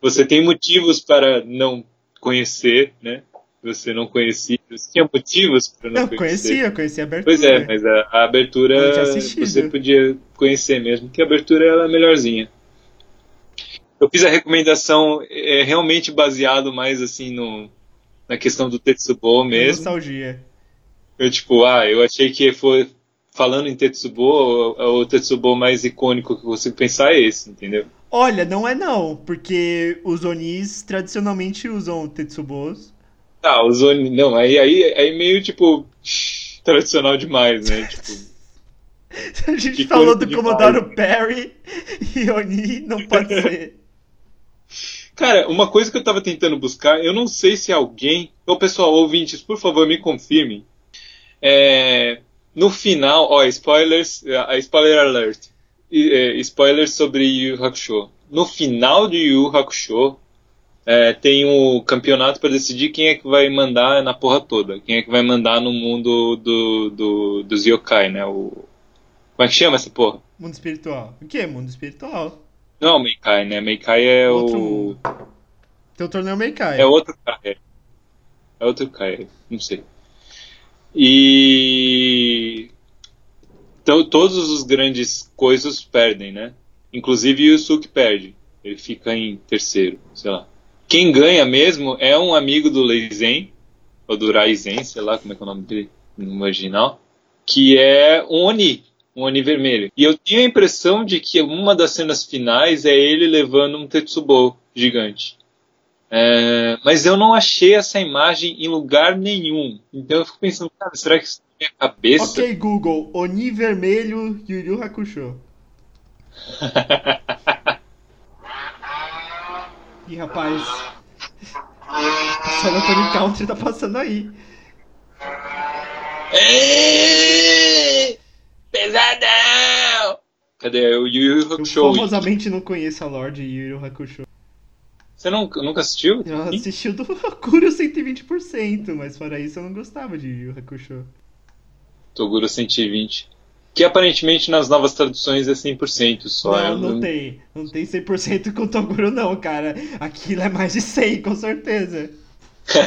Speaker 3: Você tem motivos para não conhecer, né?
Speaker 2: você não conhecia? Você tinha motivos para não
Speaker 1: Eu
Speaker 2: conhecer?
Speaker 1: conhecia, eu conhecia a abertura.
Speaker 2: Pois é, mas a, a
Speaker 1: Eu tinha
Speaker 2: abertura
Speaker 1: assistido.
Speaker 2: você podia conhecer mesmo, que a abertura ela é melhorzinha. Eu fiz a recomendação é realmente baseado mais assim no na questão do Tetsubo
Speaker 1: Tem
Speaker 2: mesmo.
Speaker 1: Nostalgia.
Speaker 2: Eu tipo, ah, eu achei que foi falando em Tetsubo, o, o Tetsubo mais icônico que eu consigo pensar é esse, entendeu?
Speaker 1: Olha, não é não, porque os Onis tradicionalmente usam Tetsubos.
Speaker 2: Ah, o Zone. Não, aí, aí, aí meio tipo. tradicional demais, né? Tipo,
Speaker 1: A gente
Speaker 2: Que
Speaker 1: falou
Speaker 2: coisa
Speaker 1: do
Speaker 2: de
Speaker 1: Comodoro Perry e Oni, não pode ser.
Speaker 2: cara, uma coisa que eu tava tentando buscar, eu não sei se alguém. Ô pessoal, ouvintes, por favor, me confirmem. É, no final, ó, spoilers. A spoiler alert. E, é, spoilers sobre Yu Yu Hakusho. No final de Yu Yu Hakusho. é, tem o campeonato pra decidir quem é que vai mandar na porra toda. Quem é que vai mandar no mundo do, do, dos yokai, né? O, como é que chama essa porra?
Speaker 1: Mundo espiritual. O que? Mundo espiritual.
Speaker 2: Não é o Meikai, né? Meikai é
Speaker 1: Outro
Speaker 2: o.
Speaker 1: mundo. Tem o torneio Meikai.
Speaker 2: É outro Kai. É outro Kai, não sei. E. Então, todos os grandes coisas perdem, né? Inclusive o Yusuke perde. Ele fica em terceiro, sei lá. Quem ganha mesmo é um amigo do Leizen, ou do Raizen, sei lá como é que é o nome dele no original, que é um Oni, um Oni vermelho. E eu tenho a impressão de que uma das cenas finais é ele levando um Tetsubo gigante. É, mas eu não achei essa imagem em lugar nenhum. Então eu fico pensando, cara, será que isso é minha cabeça?
Speaker 1: Ok, Google. Oni vermelho, Yu Yu Hakusho. Ih, rapaz. Só no Tony Country tá passando aí.
Speaker 2: Ê, É! Pesadão! Cadê É o Yu Yu
Speaker 1: Eu
Speaker 2: Hakusho?
Speaker 1: famosamente não conheço a Lorde Yu Yu Hakusho.
Speaker 2: Você nunca, nunca assistiu?
Speaker 1: Eu assisti o do Hakuro 120%, mas fora isso eu não gostava de Yu Yu Hakusho.
Speaker 2: Toguro 120. Que aparentemente nas novas traduções é 100% só. né?
Speaker 1: não,
Speaker 2: eu
Speaker 1: não tem. Não tem 100% com o Toguro não, cara. Aquilo é mais de 100, com certeza. Pô,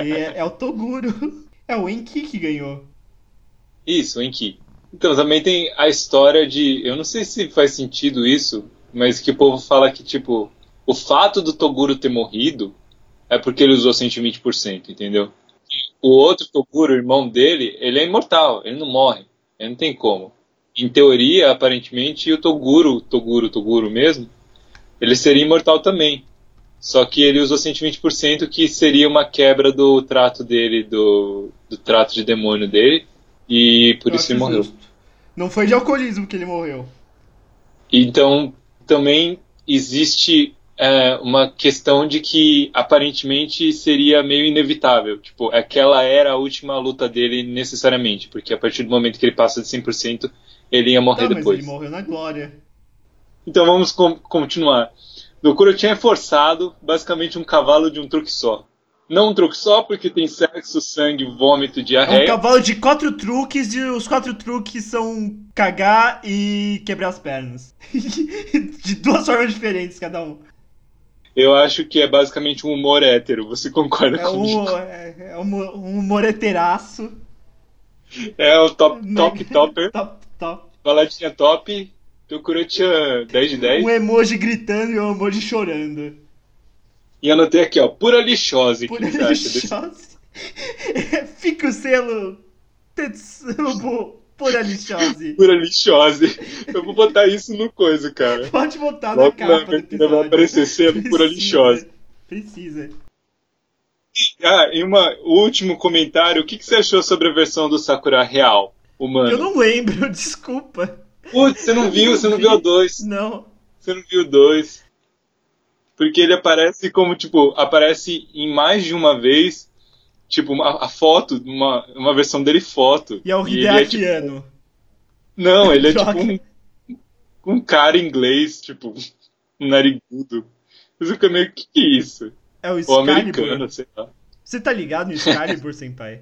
Speaker 1: aí é, é o Toguro. É o Enki que ganhou.
Speaker 2: Isso, em que? Então, também tem a história de. Eu não sei se faz sentido isso, mas que o povo fala que, tipo, o fato do Toguro ter morrido é porque ele usou 120%, entendeu? O outro Toguro, o irmão dele, ele é imortal, ele não morre, ele não tem como. Em teoria, aparentemente, o Toguro, Toguro, Toguro mesmo, ele seria imortal também. Só que ele usou 120%, que seria uma quebra do trato dele, do, do trato de demônio dele, e por
Speaker 1: Eu
Speaker 2: isso
Speaker 1: acho
Speaker 2: ele morreu.
Speaker 1: justo. Não foi de alcoolismo que ele morreu.
Speaker 2: Então, também existe é, uma questão de que aparentemente seria meio inevitável. Tipo, aquela era a última luta dele necessariamente, porque a partir do momento que ele passa de 100%, ele ia morrer
Speaker 1: Tá, mas
Speaker 2: depois.
Speaker 1: ele morreu na glória.
Speaker 2: Então vamos com- continuar. Dokuro tinha é forçado, basicamente um cavalo de um truque só. Não um truque só, porque tem sexo, sangue, vômito,
Speaker 1: É um
Speaker 2: diarreia.
Speaker 1: cavalo de quatro truques e os quatro truques são cagar e quebrar as pernas. de duas formas diferentes cada um.
Speaker 2: Eu acho que é basicamente um humor hétero, você concorda
Speaker 1: É
Speaker 2: comigo?
Speaker 1: um, é, é um, um moreteraço.
Speaker 2: É o top, top, topper.
Speaker 1: Top, top.
Speaker 2: Baladinha top, Tokurotian 10 de 10.
Speaker 1: Um emoji gritando e um emoji chorando.
Speaker 2: E anotei aqui, ó, pura lixose.
Speaker 1: Por
Speaker 2: que você acha desse?
Speaker 1: lixose. Fica o selo Tetsubo por a lixose.
Speaker 2: Pura lixose. Eu vou botar isso no coisa, cara.
Speaker 1: Pode botar na
Speaker 2: Logo
Speaker 1: capa
Speaker 2: na
Speaker 1: do
Speaker 2: abertura
Speaker 1: episódio.
Speaker 2: vai aparecer selo pura lixose.
Speaker 1: Precisa.
Speaker 2: Ah, e uma, o último comentário, o que, que você achou sobre a versão do Sakura real,
Speaker 1: Eu
Speaker 2: humano?
Speaker 1: não lembro, desculpa.
Speaker 2: Putz, você não viu, você não viu a 2.
Speaker 1: Não.
Speaker 2: Você não viu o 2. Porque ele aparece como, tipo, aparece em mais de uma vez, tipo, uma, a foto, uma, uma versão dele foto.
Speaker 1: E é o
Speaker 2: E ele é, tipo,
Speaker 1: Hideakiano.
Speaker 2: Não, ele é
Speaker 1: Troca.
Speaker 2: tipo um, um cara inglês, tipo, um narigudo. Você fica meio, que que é isso?
Speaker 1: É o
Speaker 2: Ou americano,
Speaker 1: Excalibur.
Speaker 2: sei lá.
Speaker 1: Você tá ligado no Excalibur, Senpai?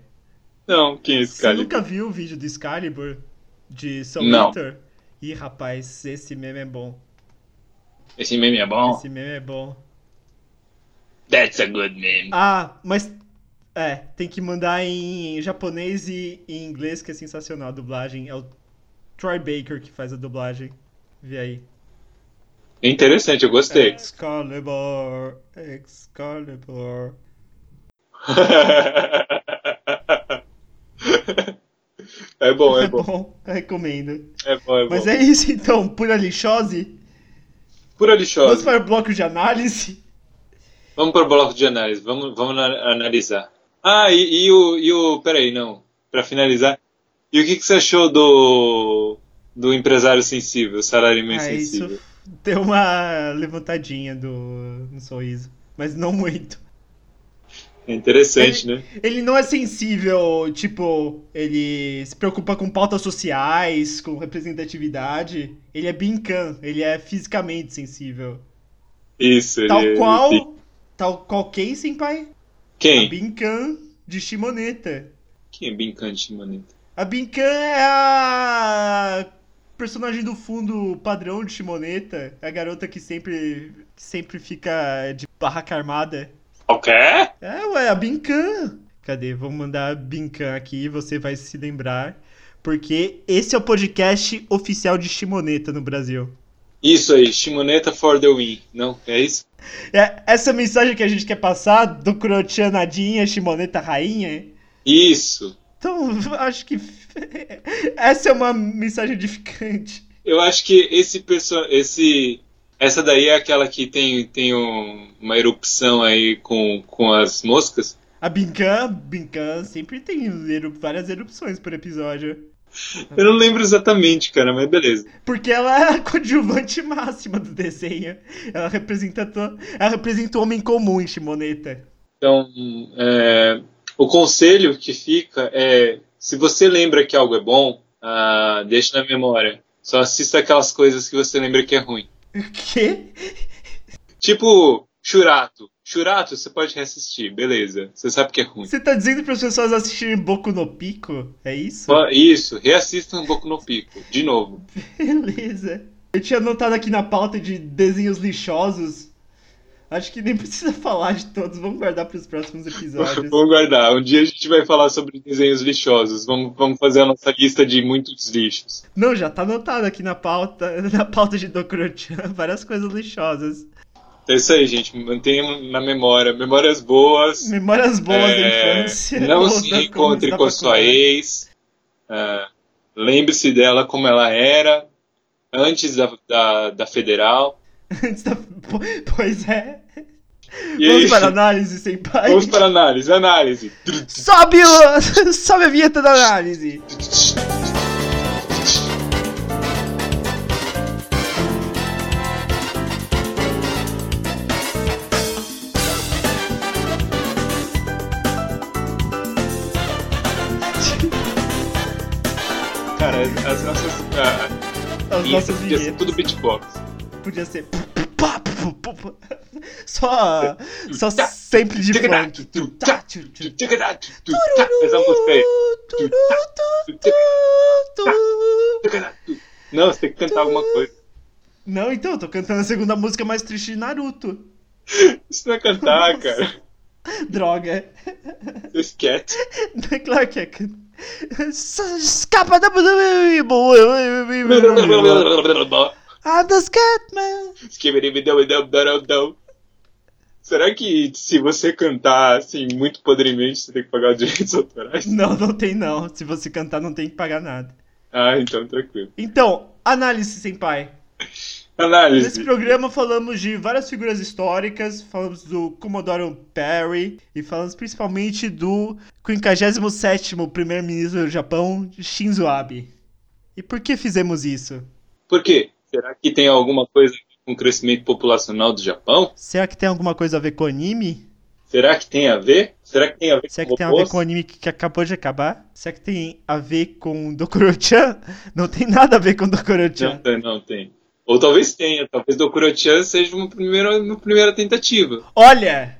Speaker 2: Não, quem é esse
Speaker 1: Você
Speaker 2: cara?
Speaker 1: nunca viu o vídeo do Excalibur? De São
Speaker 2: Não.
Speaker 1: Victor? Ih, rapaz, esse meme é bom.
Speaker 2: Esse meme é bom?
Speaker 1: Esse meme é bom.
Speaker 2: That's a good meme.
Speaker 1: Ah, mas É, tem que mandar em japonês e em inglês, que é sensacional a dublagem. É o Troy Baker que faz a dublagem. Vê aí.
Speaker 2: É Interessante, eu
Speaker 1: É.
Speaker 2: gostei.
Speaker 1: Excalibur, Excalibur.
Speaker 2: É bom, é
Speaker 1: É
Speaker 2: bom.
Speaker 1: bom, recomendo.
Speaker 2: É bom, é bom.
Speaker 1: Mas é isso então, pura lixose.
Speaker 2: Pura
Speaker 1: Vamos
Speaker 2: lixosa.
Speaker 1: para o bloco de análise.
Speaker 2: Vamos para o bloco de análise, vamos, vamos na- analisar. Ah, e, e o, e o. Peraí, não. Para finalizar, e o que, que você achou do. do empresário sensível, salaryman
Speaker 1: Ah,
Speaker 2: sensível?
Speaker 1: isso deu uma levantadinha do, no sorriso, mas não muito.
Speaker 2: É interessante, né?
Speaker 1: Ele não é sensível, tipo, ele se preocupa com pautas sociais, com representatividade. Ele é bincan, ele é fisicamente sensível.
Speaker 2: Isso, ele- é
Speaker 1: Tal qual.
Speaker 2: ele-
Speaker 1: Tal qual quem, senpai? A
Speaker 2: Quem?
Speaker 1: Binkan de Shimoneta.
Speaker 2: Quem é Bincante, mano?
Speaker 1: A Binkan é a personagem do fundo padrão de Shimoneta. É A garota que sempre, que sempre fica de barraca armada.
Speaker 2: O quê?
Speaker 1: É, ué, a Binkan. Cadê? Vou mandar a Binkan aqui e você vai se lembrar. Porque esse é o podcast oficial de Shimoneta no Brasil.
Speaker 2: Isso aí, Shimoneta for the win. Não, é isso?
Speaker 1: É, essa mensagem que a gente quer passar do Crotian Nadinha, Shimoneta Rainha.
Speaker 2: Isso.
Speaker 1: Então, acho que essa é uma mensagem edificante.
Speaker 2: Eu acho que esse perso... esse essa daí é aquela que tem tem um- uma erupção aí com, com as moscas.
Speaker 1: A Binkan, Binkan sempre tem eru- várias erupções por episódio.
Speaker 2: Eu não lembro exatamente, cara, mas beleza.
Speaker 1: Porque ela é a coadjuvante máxima do desenho. Ela representa, to- ela representa o homem comum em Shimoneta.
Speaker 2: Então, é, o conselho que fica é: se você lembra que algo é bom, ah, deixe na memória. Só assista aquelas coisas que você lembra que é ruim.
Speaker 1: O quê?
Speaker 2: Tipo, Churato. Churato, você pode reassistir, beleza. Você sabe que é ruim.
Speaker 1: Você tá dizendo para as pessoas assistirem Boku no Pico? É isso?
Speaker 2: Fa- Isso, reassista um pouco no pico, de novo.
Speaker 1: Beleza. Eu tinha anotado aqui na pauta de desenhos lixosos. Acho que nem precisa falar de todos, vamos guardar para os próximos episódios.
Speaker 2: Vamos guardar. Um dia a gente vai falar sobre desenhos lixosos. Vamos, vamos fazer a nossa lista de muitos lixos.
Speaker 1: Não, já tá anotado aqui na pauta, na pauta de Dokuro-chan, várias coisas lixosas.
Speaker 2: É isso aí, gente. Mantenha na memória. Memórias boas.
Speaker 1: Memórias boas da
Speaker 2: É,
Speaker 1: infância.
Speaker 2: Não
Speaker 1: ou
Speaker 2: se
Speaker 1: da-
Speaker 2: encontre
Speaker 1: da
Speaker 2: com a sua
Speaker 1: faculdade.
Speaker 2: ex. Ah, Lembre-se dela como ela era antes da, da, da federal.
Speaker 1: Antes da- po- Pois é.
Speaker 2: E
Speaker 1: Vamos
Speaker 2: aí,
Speaker 1: para a análise, senpai.
Speaker 2: vamos para a análise. Análise.
Speaker 1: Sobe, o... Sobe a vinheta da análise.
Speaker 2: Cara, as nossas. ah,
Speaker 1: As nossas
Speaker 2: podia ser
Speaker 1: vinhetas.
Speaker 2: tudo beatbox.
Speaker 1: Então, Podia ser. pá, pu, pu, pu, pu. Só. Só sempre de funk. Tá, tchu, tchu, tchu,
Speaker 2: Mas eu gostei.
Speaker 1: turu, tu, tu, tu.
Speaker 2: Não, você tem que cantar alguma coisa.
Speaker 1: Não, então, eu tô cantando a segunda música mais triste de Naruto.
Speaker 2: Isso não é cantar, cara.
Speaker 1: Droga.
Speaker 2: Isso é quieto.
Speaker 1: É claro que é. can- Escapa da. I'm the Scatman.
Speaker 2: Será que se você cantar assim muito podremente, você tem que pagar os direitos autorais?
Speaker 1: Não, não tem não. Se você cantar, não tem que pagar nada.
Speaker 2: Ah, então tranquilo.
Speaker 1: Então, análise, senpai. Nesse
Speaker 2: Análise.
Speaker 1: programa falamos de várias figuras históricas, falamos do Commodore Perry e falamos principalmente do 57º primeiro-ministro do Japão, Shinzo Abe. E por que fizemos isso?
Speaker 2: Por quê? Será que tem alguma coisa com o crescimento populacional do Japão?
Speaker 1: Será que tem alguma coisa a ver com anime?
Speaker 2: Será que tem a ver? Será que tem a ver
Speaker 1: Será
Speaker 2: com
Speaker 1: é que tem a ver
Speaker 2: robôs?
Speaker 1: com o anime que que acabou de acabar? Será que tem a ver com Dokuro-chan? Não tem nada a ver com
Speaker 2: Não
Speaker 1: Dokuro-chan.
Speaker 2: tem, não tem. Ou talvez tenha, talvez do Kurochan seja uma primeira, uma primeira tentativa.
Speaker 1: Olha!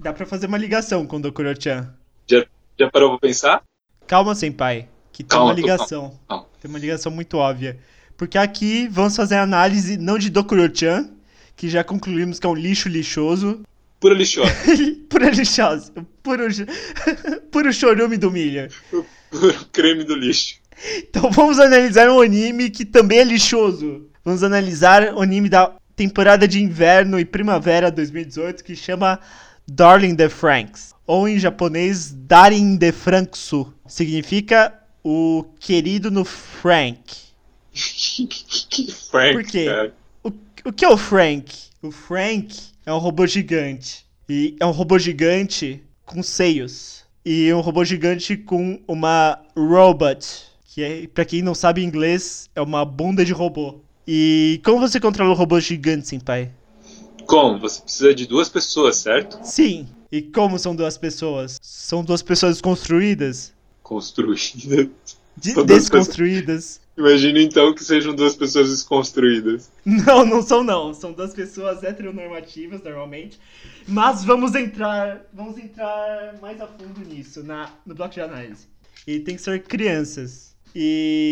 Speaker 1: Dá pra fazer uma ligação com Dokuro-chan.
Speaker 2: Já, já parou pra pensar?
Speaker 1: Calma, senpai, que tem
Speaker 2: Calma,
Speaker 1: uma
Speaker 2: tô
Speaker 1: ligação.
Speaker 2: calmo.
Speaker 1: Tem uma ligação muito óbvia. Porque aqui vamos fazer a análise não de Dokuro-chan, que já concluímos que é um lixo lixoso,
Speaker 2: Pura lixosa.
Speaker 1: pura lixosa. Puro, cho- puro chorume do milha.
Speaker 2: Puro creme do lixo.
Speaker 1: Então vamos analisar um anime que também é lixoso. Vamos analisar o anime da temporada de inverno e primavera 2018 que chama Darling the Franks. Ou em japonês, Darin de Franksu. Significa o querido no Frank.
Speaker 2: Frank,
Speaker 1: Por quê?
Speaker 2: cara.
Speaker 1: O, o que é o Frank? O Frank é um robô gigante. E é um robô gigante com seios. E um robô gigante com uma robot. Que é, pra quem não sabe inglês, é uma bunda de robô. E como você controla o robô gigante, senpai?
Speaker 2: Como? Você precisa de duas pessoas, certo?
Speaker 1: Sim. E como são duas pessoas? São duas pessoas construídas?
Speaker 2: Construída.
Speaker 1: De-
Speaker 2: São duas
Speaker 1: desconstruídas?
Speaker 2: Imagino então que sejam duas pessoas desconstruídas.
Speaker 1: Não, não são não. São duas pessoas heteronormativas normalmente. Mas vamos entrar, vamos entrar mais a fundo nisso na no bloco de análise. E tem que ser crianças.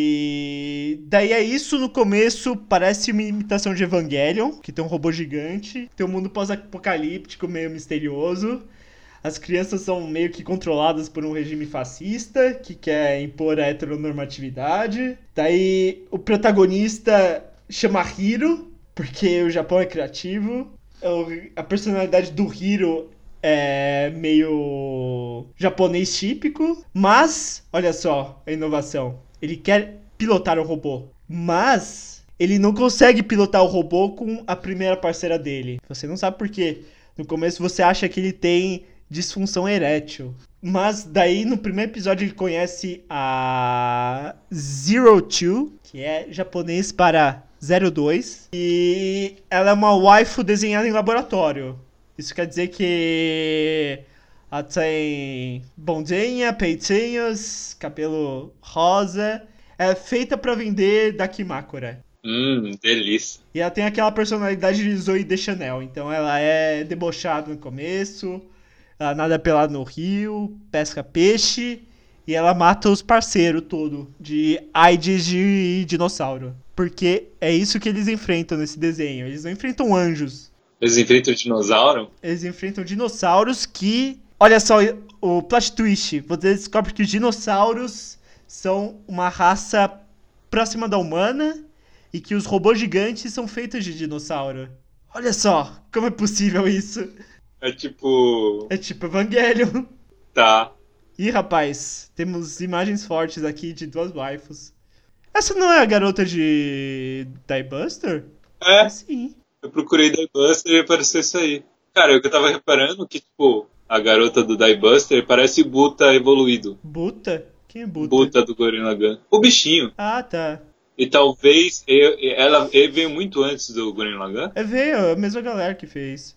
Speaker 1: E daí é isso no começo, parece uma imitação de Evangelion, que tem um robô gigante, tem um mundo pós-apocalíptico meio misterioso. As crianças são meio que controladas por um regime fascista que quer impor a heteronormatividade. Daí o protagonista chama Hiro, porque o Japão é criativo. O- A personalidade do Hiro é meio japonês típico, mas olha só a inovação. Ele quer pilotar o robô, mas ele não consegue pilotar o robô com a primeira parceira dele. Você não sabe por quê. No começo você acha que ele tem disfunção erétil. Mas daí no primeiro episódio ele conhece a Zero Two, que é japonês para 02, e ela é uma waifu desenhada em laboratório. Isso quer dizer que ela tem bondinha, peitinhos, cabelo rosa. É feita pra vender da Kimakura.
Speaker 2: Hum, delícia.
Speaker 1: E ela tem aquela personalidade de Zoe de Chanel. Então ela é debochada no começo, ela nada pelada no rio, pesca peixe e ela mata os parceiros todo de AIDS de dinossauro. Porque é isso que eles enfrentam nesse desenho. Eles não enfrentam anjos.
Speaker 2: Eles enfrentam o dinossauro?
Speaker 1: Eles enfrentam dinossauros que. Olha só o plot twist. Você descobre que os dinossauros são uma raça próxima da humana e que os robôs gigantes são feitos de dinossauro. Olha só, como é possível isso?
Speaker 2: É tipo.
Speaker 1: É tipo Evangelho.
Speaker 2: Tá.
Speaker 1: Ih, rapaz, temos imagens fortes aqui de duas waifus. Essa não é a garota de Diebuster?
Speaker 2: É,
Speaker 1: sim.
Speaker 2: eu procurei Diebuster e apareceu isso aí. Cara, o que eu tava reparando que, tipo, a garota do Diebuster parece Buta evoluído.
Speaker 1: Buta? Quem é Buta?
Speaker 2: Buta do Gorilla Gun. O bichinho.
Speaker 1: Ah, tá.
Speaker 2: E talvez eu- ela ele veio muito antes do Gorilla Gun.
Speaker 1: É veio, é a mesma galera que fez.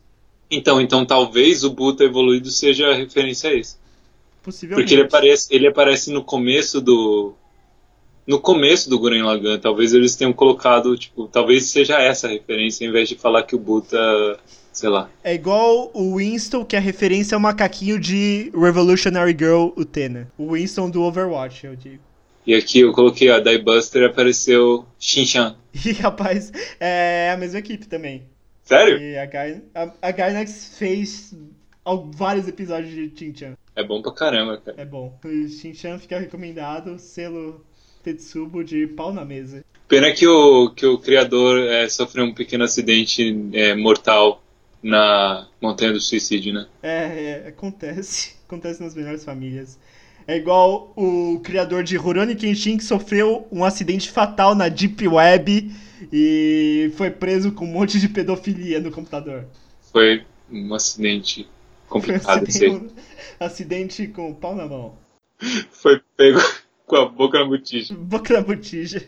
Speaker 2: Então, então talvez o Buta evoluído seja a referência a isso.
Speaker 1: Possivelmente.
Speaker 2: Porque ele aparece, ele aparece no começo do. No começo do Guren Lagan, talvez eles tenham colocado, tipo, talvez seja essa a referência, em vez de falar que o Buta, sei lá.
Speaker 1: É igual o Winston, que a referência é o macaquinho de Revolutionary Girl Utena. O Winston do Overwatch, eu digo.
Speaker 2: E aqui eu coloquei a Diebuster e apareceu Shinchan.
Speaker 1: E, rapaz, é a mesma equipe também.
Speaker 2: Sério?
Speaker 1: E a, Gai- a- a Gainax fez al- vários episódios de Shin-Chan.
Speaker 2: É bom pra caramba, cara.
Speaker 1: É bom. O Shin-Chan fica recomendado, selo Tetsubo de pau na mesa.
Speaker 2: Pena que o, que o criador é, sofreu um pequeno acidente é, mortal na Montanha do Suicídio, né?
Speaker 1: É, é, acontece. Acontece nas melhores famílias. É igual o criador de Rurouni Kenshin que sofreu um acidente fatal na Deep Web e foi preso com um monte de pedofilia no computador.
Speaker 2: Foi um acidente
Speaker 1: Foi um
Speaker 2: complicado, sei.
Speaker 1: acidente, acidente com o pau na mão.
Speaker 2: Foi pego com a boca na botija.
Speaker 1: Boca na botija.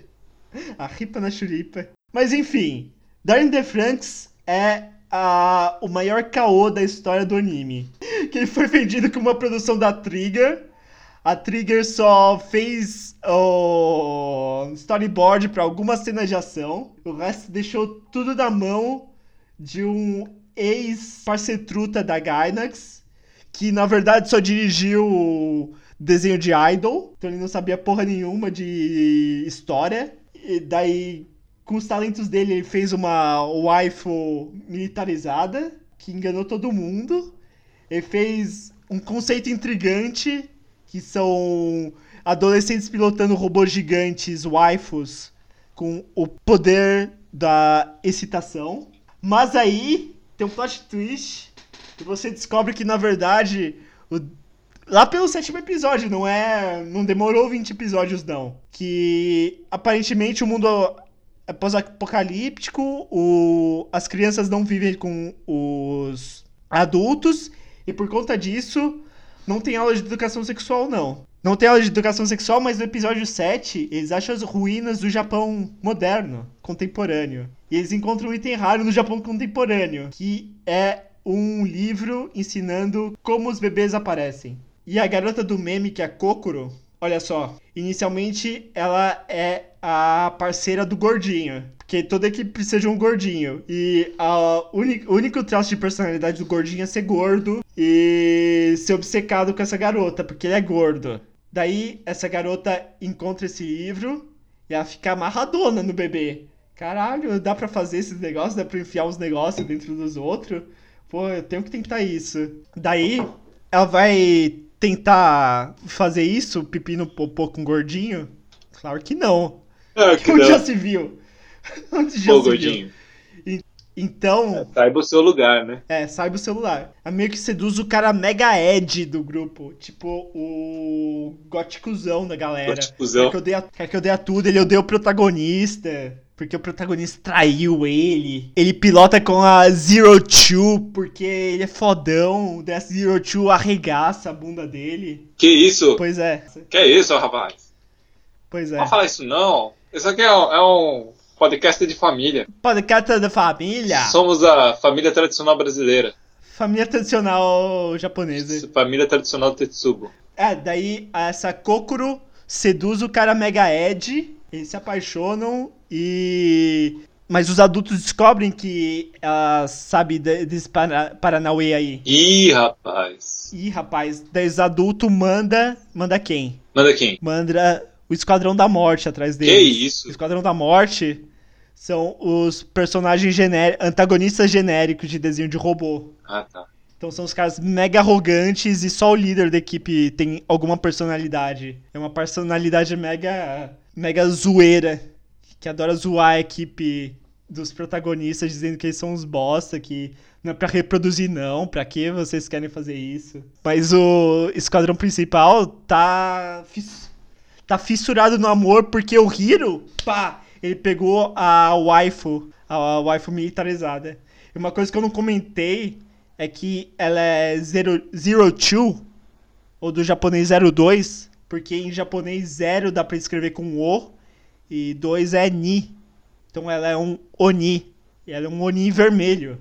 Speaker 1: A ripa na churipa. Mas enfim, Darren the Franks é a, o maior caô da história do anime. Que ele foi vendido como uma produção da Trigger. A Trigger só fez o storyboard para algumas cenas de ação. O resto deixou tudo na mão de um ex-parcetruta da Gainax. Que na verdade só dirigiu desenho de idol, então ele não sabia porra nenhuma de história. E daí, com os talentos dele, ele fez uma waifu militarizada. que enganou todo mundo. Ele fez um conceito intrigante, que são adolescentes pilotando robôs gigantes, waifus, com o poder da excitação. Mas aí tem um plot twist e você descobre que, na verdade, o... lá pelo sétimo episódio, não é. Não demorou 20 episódios, não. Que aparentemente o mundo é pós-apocalíptico, o... as crianças não vivem com os adultos, e por conta disso, não tem aula de educação sexual, não. Não tem aula de educação sexual, mas no episódio 7, eles acham as ruínas do Japão moderno, contemporâneo. E eles encontram um item raro no Japão contemporâneo, que é um livro ensinando como os bebês aparecem. E a garota do meme, que é a Kokoro, olha só, inicialmente ela é a parceira do gordinho. Porque toda equipe precisa de um gordinho. E o unico, único traço de personalidade do gordinho é ser gordo e ser obcecado com essa garota, porque ele é gordo. Daí, essa garota encontra esse livro e ela fica amarradona no bebê. Caralho, dá pra fazer esses negócios? Dá pra enfiar uns negócios dentro dos outros? pô, eu tenho que tentar isso. Daí, ela vai tentar fazer isso, pipi no popô com gordinho? Claro que não.
Speaker 3: Ah, que
Speaker 1: Onde
Speaker 3: não.
Speaker 1: já se viu? Onde já
Speaker 3: Pô,
Speaker 1: se viu?
Speaker 3: gordinho.
Speaker 1: Então,
Speaker 3: Saiba o seu lugar, né?
Speaker 1: é, saiba o celular. A meio que seduz o cara mega Ed do grupo. Tipo, o góticozão da galera.
Speaker 3: Góticozão.
Speaker 1: Quer É que, eu dei a, quer que eu dei a tudo, ele odeia o protagonista. Porque o protagonista traiu ele. Ele pilota com a Zero Two, porque ele é fodão. Daí a Zero Two arregaça a bunda dele.
Speaker 3: Que isso?
Speaker 1: Pois é,
Speaker 3: Que isso, rapaz?
Speaker 1: pois
Speaker 3: Não
Speaker 1: é.
Speaker 3: Não falar isso, não. Isso aqui é um, é um podcast de família.
Speaker 1: Podcast da família.
Speaker 3: Somos a família tradicional brasileira.
Speaker 1: Família tradicional japonesa.
Speaker 3: Família tradicional Tetsubo.
Speaker 1: É, daí essa Kokoro seduz o cara Mega Ed, eles se apaixonam e. Mas os adultos descobrem que ela sabe de- desse para- Paranauê aí.
Speaker 3: Ih, rapaz.
Speaker 1: Ih, rapaz, daí os adultos manda. Manda quem?
Speaker 3: Manda quem?
Speaker 1: Manda o Esquadrão da Morte atrás
Speaker 3: Que
Speaker 1: deles. O
Speaker 3: isso?
Speaker 1: Esquadrão da Morte são os personagens gené- antagonistas genéricos de desenho de robô.
Speaker 3: Ah, tá.
Speaker 1: Então são os caras mega arrogantes e só o líder da equipe tem alguma personalidade. É uma personalidade mega mega zoeira que adora zoar a equipe dos protagonistas dizendo que eles são uns bosta, que não é pra reproduzir não, pra que vocês querem fazer isso? Mas o esquadrão principal tá fiss- tá fissurado no amor porque o Hiro, pá, ele pegou a waifu, a waifu militarizada. E uma coisa que eu não comentei é que ela é zero, zero two, ou do japonês 02, porque em japonês zero dá pra escrever com O, e dois é Ni. Então ela é um Oni. E ela é um Oni vermelho.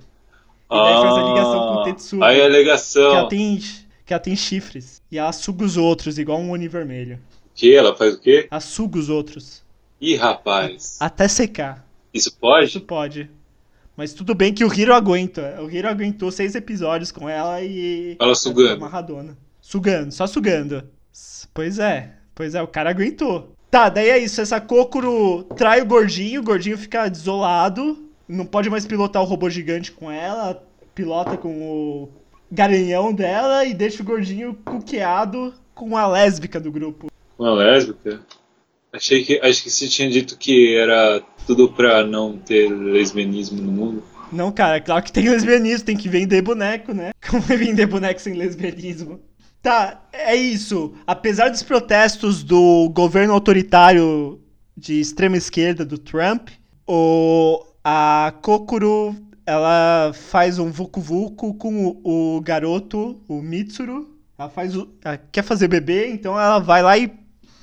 Speaker 1: E daí faz a ligação com o Tetsubo.
Speaker 3: Ah, Aí a
Speaker 1: Que, ela
Speaker 3: ligação.
Speaker 1: tem, que ela tem chifres. E ela suga os outros, igual um Oni vermelho.
Speaker 3: Que ela faz o quê?
Speaker 1: Ela suga os outros.
Speaker 3: Ih, rapaz.
Speaker 1: Até secar.
Speaker 3: Isso pode?
Speaker 1: Isso pode. Mas tudo bem que o Hiro aguenta. O Hiro aguentou seis episódios com ela e.
Speaker 3: Ela sugando.
Speaker 1: ficou Amarradona. Sugando, só sugando. S- Pois é. Pois é, o cara aguentou. Tá, daí é isso. Essa Kokoro trai o gordinho, o gordinho fica desolado. Não pode mais pilotar o robô gigante com ela. Pilota com o garanhão dela e deixa o gordinho cuqueado com a lésbica do grupo.
Speaker 3: Uma lésbica? Achei que, acho que você tinha dito que era tudo pra não ter lesbianismo no mundo.
Speaker 1: Não, cara, claro que tem lesbianismo, tem que vender boneco, né? Como é vender boneco sem lesbianismo? Tá, é isso. Apesar dos protestos do governo autoritário de extrema esquerda do Trump, o, a Kokoro ela faz um vucu vucu com o, o garoto, o Mitsuru. Ela faz o, ela quer fazer bebê, então ela vai lá e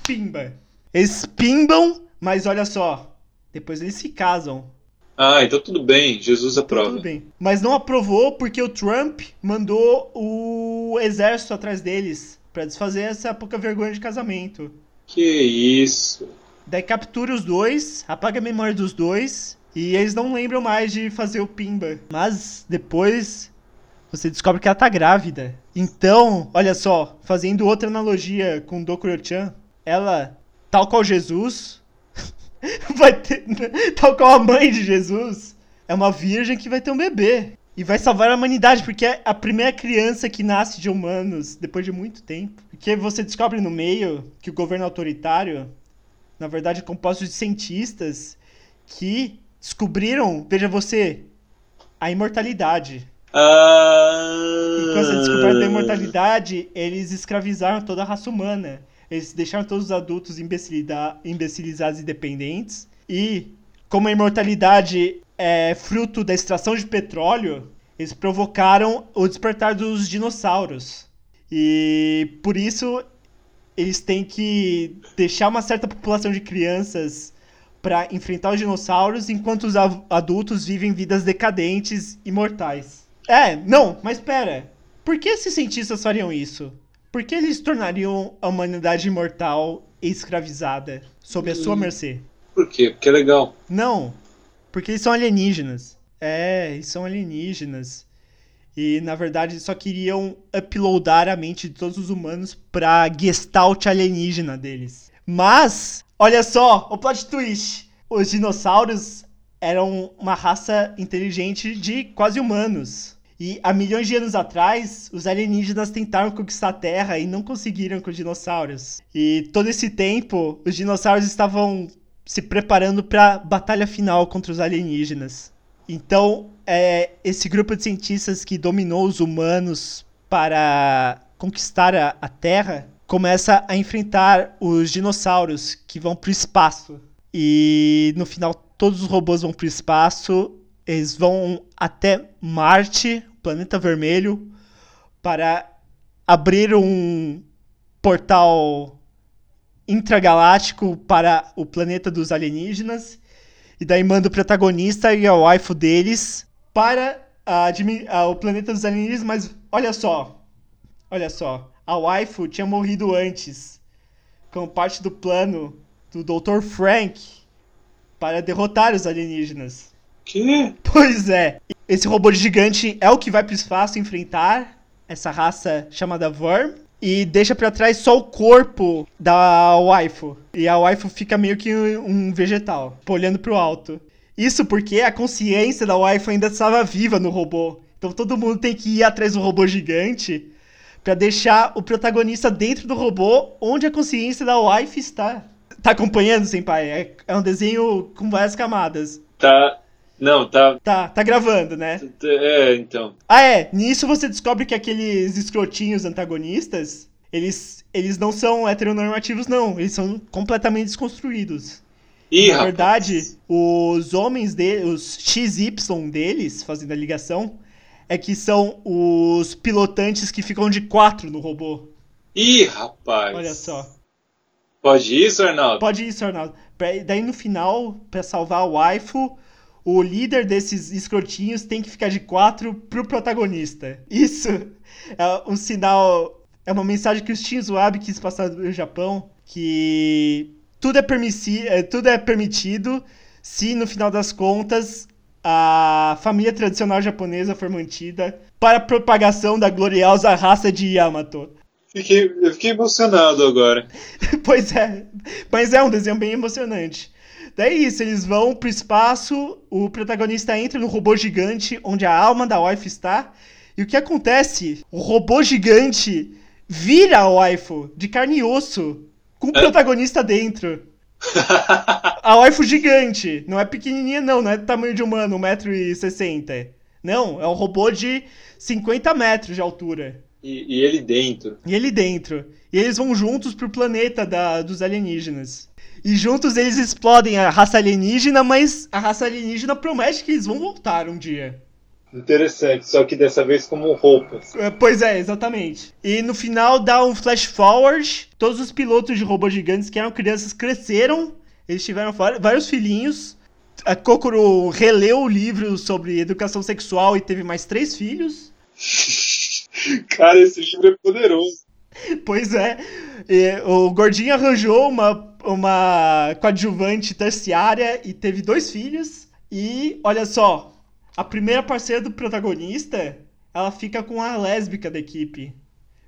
Speaker 1: pimba. Eles pimbam, mas olha só, depois eles se casam.
Speaker 3: Ah, então tudo bem, Jesus
Speaker 1: Então,
Speaker 3: aprova.
Speaker 1: tudo bem. Mas não aprovou porque o Trump mandou o exército atrás deles pra desfazer essa pouca vergonha de casamento.
Speaker 3: Que isso?
Speaker 1: Daí captura os dois, apaga a memória dos dois e eles não lembram mais de fazer o Pimba. Mas depois você descobre que ela tá grávida. Então, olha só, fazendo outra analogia com Dokuro-chan, ela, tal qual Jesus, vai ter, tal qual a mãe de Jesus, é uma virgem que vai ter um bebê. E vai salvar a humanidade, porque é a primeira criança que nasce de humanos depois de muito tempo. Porque você descobre no meio que o governo é autoritário, na verdade, é composto de cientistas que descobriram, veja você, a imortalidade.
Speaker 3: Ah...
Speaker 1: E com Então essa descoberta da imortalidade, eles escravizaram toda a raça humana. Eles deixaram todos os adultos imbecilida- imbecilizados e dependentes. E, como a imortalidade é fruto da extração de petróleo, eles provocaram o despertar dos dinossauros. E por isso, eles têm que deixar uma certa população de crianças para enfrentar os dinossauros, enquanto os av- adultos vivem vidas decadentes e mortais. É, não, mas pera. Por que esses cientistas fariam isso? Por que eles tornariam a humanidade imortal e escravizada sob a sua
Speaker 3: Hum.
Speaker 1: mercê?
Speaker 3: Por quê? Porque é legal.
Speaker 1: Não, porque eles são alienígenas. É, eles são alienígenas. E na verdade eles só queriam uploadar a mente de todos os humanos pra gestalt alienígena deles. Mas, olha só, o plot twist. Os dinossauros eram uma raça inteligente de quase humanos. E há milhões de anos atrás, os alienígenas tentaram conquistar a Terra e não conseguiram com os dinossauros. E todo esse tempo, os dinossauros estavam se preparando para batalha final contra os alienígenas. Então, é esse grupo de cientistas que dominou os humanos para conquistar a, a Terra começa a enfrentar os dinossauros que vão para o espaço. E no final, todos os robôs vão para o espaço. Eles vão até Marte, planeta vermelho, para abrir um portal intragaláctico para o planeta dos alienígenas. E daí manda o protagonista e a waifu deles para a admi- a- o planeta dos alienígenas, mas olha só. Olha só. A waifu tinha morrido antes, como parte do plano do Dr. Frank para derrotar os alienígenas.
Speaker 3: Que?
Speaker 1: Pois é. Esse robô gigante é o que vai pro espaço enfrentar essa raça chamada Worm. E deixa pra trás só o corpo da waifu. E a waifu fica meio que um um vegetal, tipo, olhando pro alto. Isso porque a consciência da waifu ainda estava viva no robô. Então todo mundo tem que ir atrás do robô gigante pra deixar o protagonista dentro do robô onde a consciência da waifu está. Tá acompanhando, senpai? É- É um desenho com várias camadas.
Speaker 3: Tá. Não, tá.
Speaker 1: Tá, tá gravando, né?
Speaker 3: É, então.
Speaker 1: Ah, é. Nisso você descobre que aqueles escrotinhos antagonistas, eles, eles não são heteronormativos, não. Eles são completamente desconstruídos.
Speaker 3: Ih,
Speaker 1: Na
Speaker 3: rapaz.
Speaker 1: verdade, os homens deles, os XY deles, fazendo a ligação, é que são os pilotantes que ficam de quatro no robô.
Speaker 3: Ih, rapaz.
Speaker 1: Olha só.
Speaker 3: Pode isso, Arnaldo?
Speaker 1: Pode isso, Arnaldo. Pra- Daí no final, pra salvar a waifu, o líder desses escrotinhos tem que ficar de quatro pro protagonista. Isso é um sinal. É uma mensagem que o Shinzo Abe quis passar do Japão, que tudo é, permissi é, tudo é permitido se, no final das contas, a família tradicional japonesa for mantida para a propagação da gloriosa raça de Yamato.
Speaker 3: Fiquei, eu fiquei emocionado agora.
Speaker 1: Pois é, mas é um desenho bem emocionante. Daí é isso, eles vão pro espaço, o protagonista entra no robô gigante onde a alma da wife está, e o que acontece? O robô gigante vira a waifu de carne e osso, com o protagonista dentro. A waifu gigante, não é pequenininha não, não é do tamanho de humano, 1,60m. Não, é um robô de 50 metros de altura.
Speaker 3: e, e ele dentro.
Speaker 1: E ele dentro. E eles vão juntos pro planeta da, dos alienígenas. E juntos eles explodem a raça alienígena, mas a raça alienígena promete que eles vão voltar um dia.
Speaker 3: Interessante, só que dessa vez como roupas.
Speaker 1: É, Pois é, exatamente. E no final dá um flash forward. Todos os pilotos de robôs gigantes que eram crianças cresceram. Eles tiveram va- vários filhinhos. A Kokoro releu o livro sobre educação sexual e teve mais três filhos.
Speaker 3: Cara, esse livro é poderoso.
Speaker 1: Pois é. E o Gordinho arranjou uma, uma coadjuvante terciária e teve dois filhos. E olha só, a primeira parceira do protagonista, ela fica com a lésbica da equipe.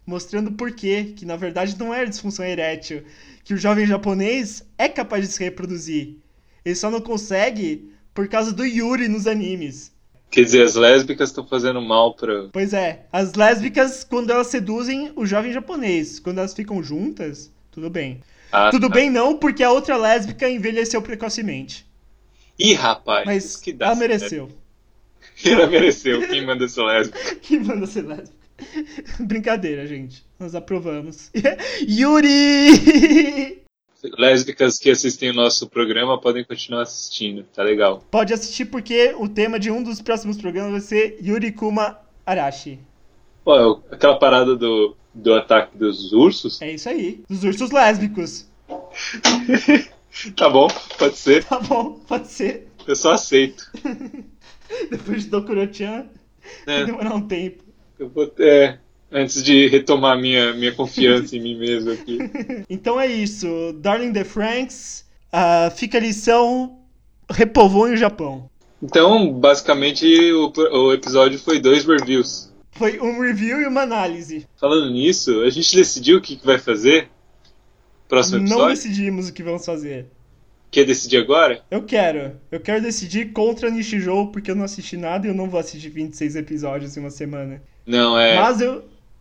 Speaker 1: Mostrando por quê, que na verdade não é disfunção erétil, que o jovem japonês é capaz de se reproduzir. Ele só não consegue por causa do Yuri nos animes.
Speaker 2: Quer dizer, as lésbicas estão fazendo mal pra.
Speaker 1: Pois é, as lésbicas, quando elas seduzem o jovem japonês, quando elas ficam juntas, tudo bem.
Speaker 2: Ah,
Speaker 1: Tudo
Speaker 2: tá.
Speaker 1: bem não, porque a outra lésbica envelheceu precocemente.
Speaker 2: Ih, rapaz,
Speaker 1: Mas
Speaker 2: isso que dá.
Speaker 1: ela
Speaker 2: certo.
Speaker 1: mereceu.
Speaker 2: Ela mereceu. Quem manda essa lésbica?
Speaker 1: Que manda ser lésbica. Brincadeira, gente. Nós aprovamos. Yuri!
Speaker 2: Lésbicas que assistem o nosso programa podem continuar assistindo, tá legal.
Speaker 1: Pode assistir porque o tema de um dos próximos programas vai ser Yuri Kuma Arashi.
Speaker 2: Pô, eu- aquela parada do, do ataque dos ursos?
Speaker 1: É isso aí. Dos ursos lésbicos.
Speaker 2: Tá bom, pode ser.
Speaker 1: Tá bom, pode ser.
Speaker 2: Eu só aceito.
Speaker 1: Depois de Dokuro-chan, vai
Speaker 2: É.
Speaker 1: demorar um tempo.
Speaker 2: Eu vou, é, antes de retomar minha, minha confiança em mim mesmo aqui.
Speaker 1: Então é isso. Darling the Franks, ah, fica a lição Repovou em Japão.
Speaker 2: Então, basicamente, o, o episódio foi dois reviews.
Speaker 1: Foi um review e uma análise.
Speaker 2: Falando nisso, a gente decidiu o que, que vai fazer? Próximo
Speaker 1: Não
Speaker 2: episódio?
Speaker 1: decidimos o que vamos fazer.
Speaker 2: Quer decidir agora?
Speaker 1: Eu quero. Eu quero decidir contra Nishijou, porque eu não assisti nada e eu não vou assistir 26 episódios em uma semana.
Speaker 2: Não, é.
Speaker 1: Mas eu,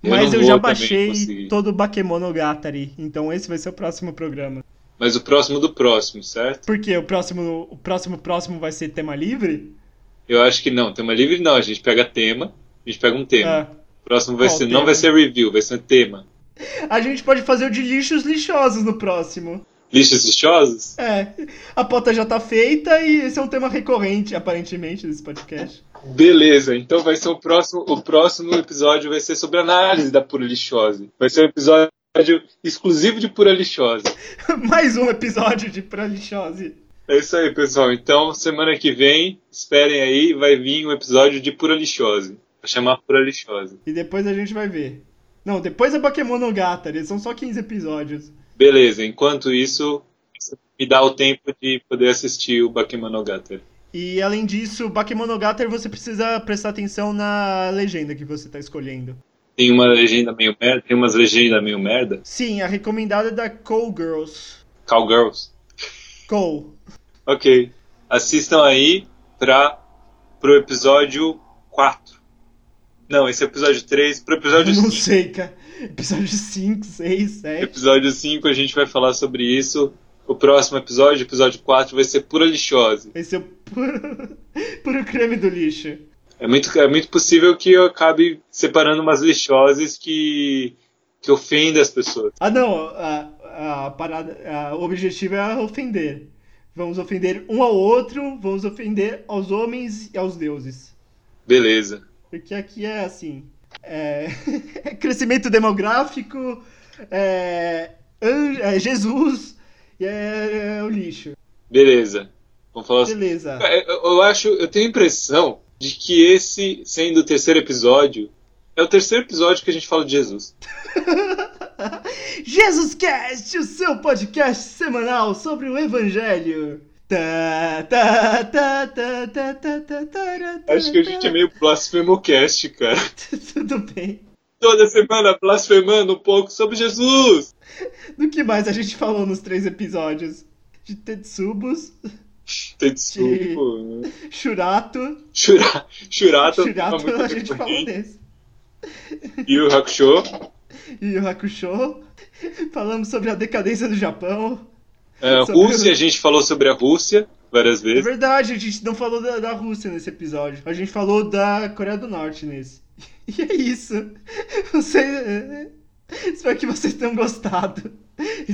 Speaker 2: Eu
Speaker 1: mas
Speaker 2: não
Speaker 1: eu,
Speaker 2: vou
Speaker 1: já
Speaker 2: também
Speaker 1: baixei
Speaker 2: conseguir.
Speaker 1: todo o Bakemonogatari, então esse vai ser o próximo programa.
Speaker 2: Mas o próximo do próximo, certo?
Speaker 1: Por quê? O próximo, o próximo próximo vai ser tema livre?
Speaker 2: Eu acho que não. Tema livre não, a gente pega tema. A gente pega um tema.
Speaker 1: Ah,
Speaker 2: O próximo vai
Speaker 1: Qual
Speaker 2: ser.
Speaker 1: tema?
Speaker 2: Não vai ser review, vai ser tema.
Speaker 1: a gente pode fazer o de lixos lixosos no próximo.
Speaker 2: Lixos lixosos?
Speaker 1: É, a pauta já tá feita e esse é um tema recorrente, aparentemente, desse podcast.
Speaker 2: Beleza, então vai ser o próximo. O próximo episódio vai ser sobre análise da pura lixose. Vai ser um episódio exclusivo de pura lixose.
Speaker 1: Mais um episódio de Pra Lixose.
Speaker 2: É isso aí, pessoal. Então, semana que vem, esperem aí, vai vir um episódio de pura lixose. Vou chamar pura lixose.
Speaker 1: E depois a gente vai ver. Não, depois é Bakemonogatari, são só 15 episódios.
Speaker 2: Beleza, enquanto isso, me dá o tempo de poder assistir o Bakemonogatari.
Speaker 1: E além disso, Bakemonogatari você precisa prestar atenção na legenda que você está escolhendo.
Speaker 2: Tem uma legenda meio merda, tem umas legendas meio merda.
Speaker 1: Sim, a recomendada é da Cole Girls.
Speaker 2: Cowgirls.
Speaker 1: Cole.
Speaker 2: Ok. Assistam aí pra, pro episódio 4. Não, esse é o episódio 3. Pro
Speaker 1: Eu
Speaker 2: episódio
Speaker 1: não
Speaker 2: 5.
Speaker 1: sei, cara. Episódio 5, 6, 7.
Speaker 2: Episódio 5 a gente vai falar sobre isso. O próximo episódio, episódio 4, vai ser pura lixose.
Speaker 1: Esse é o puro, puro creme do lixo.
Speaker 2: É muito, é muito possível que eu acabe separando umas lixoses que, que ofendem as pessoas.
Speaker 1: Ah, não. A, a parada, a- o objetivo é ofender. Vamos ofender um ao outro, vamos ofender aos homens e aos deuses.
Speaker 2: Beleza.
Speaker 1: Porque aqui é assim: é, é crescimento demográfico, é, an- é Jesus e é, é o lixo.
Speaker 2: Beleza. Vamos falar sobre.
Speaker 1: Beleza.
Speaker 2: É, Eu, eu acho, eu tenho a impressão de que esse, sendo o terceiro episódio, é o terceiro episódio que a gente fala de Jesus.
Speaker 1: JesusCast, o seu podcast semanal sobre o Evangelho. Tá, tá, tá, tá, tá, tá, tá, tá, tá,
Speaker 2: Acho que a gente é meio blasfemocast, cara.
Speaker 1: Tudo bem.
Speaker 2: Toda semana blasfemando um pouco sobre Jesus.
Speaker 1: Do que mais a gente falou nos três episódios? De Tetsubos,
Speaker 2: Tetsuko, né?
Speaker 1: Shurato.
Speaker 2: Shura- Shurato,
Speaker 1: Shurato,
Speaker 2: muito
Speaker 1: a gente falou
Speaker 2: frequente.
Speaker 1: desse.
Speaker 2: E o Hakusho.
Speaker 1: E o Hakusho. Falamos sobre a decadência do Japão.
Speaker 2: É,
Speaker 1: Sobre o-
Speaker 2: Rússia, a gente falou sobre a Rússia várias
Speaker 1: É
Speaker 2: vezes.
Speaker 1: verdade, a gente não falou da, da Rússia nesse episódio. A gente falou da Coreia do Norte nesse. E é isso. Você... Espero que vocês tenham gostado.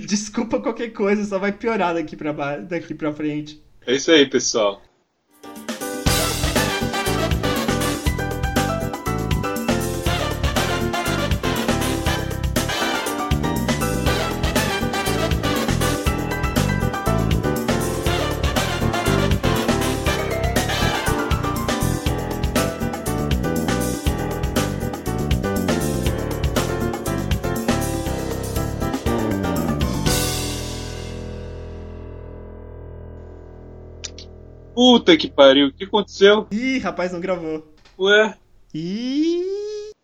Speaker 1: Desculpa qualquer coisa, só vai piorar daqui pra, ba- daqui pra frente.
Speaker 2: É isso aí, pessoal. Puta que pariu, o que aconteceu?
Speaker 1: Ih, rapaz, não gravou.
Speaker 2: Ué?
Speaker 1: Ih.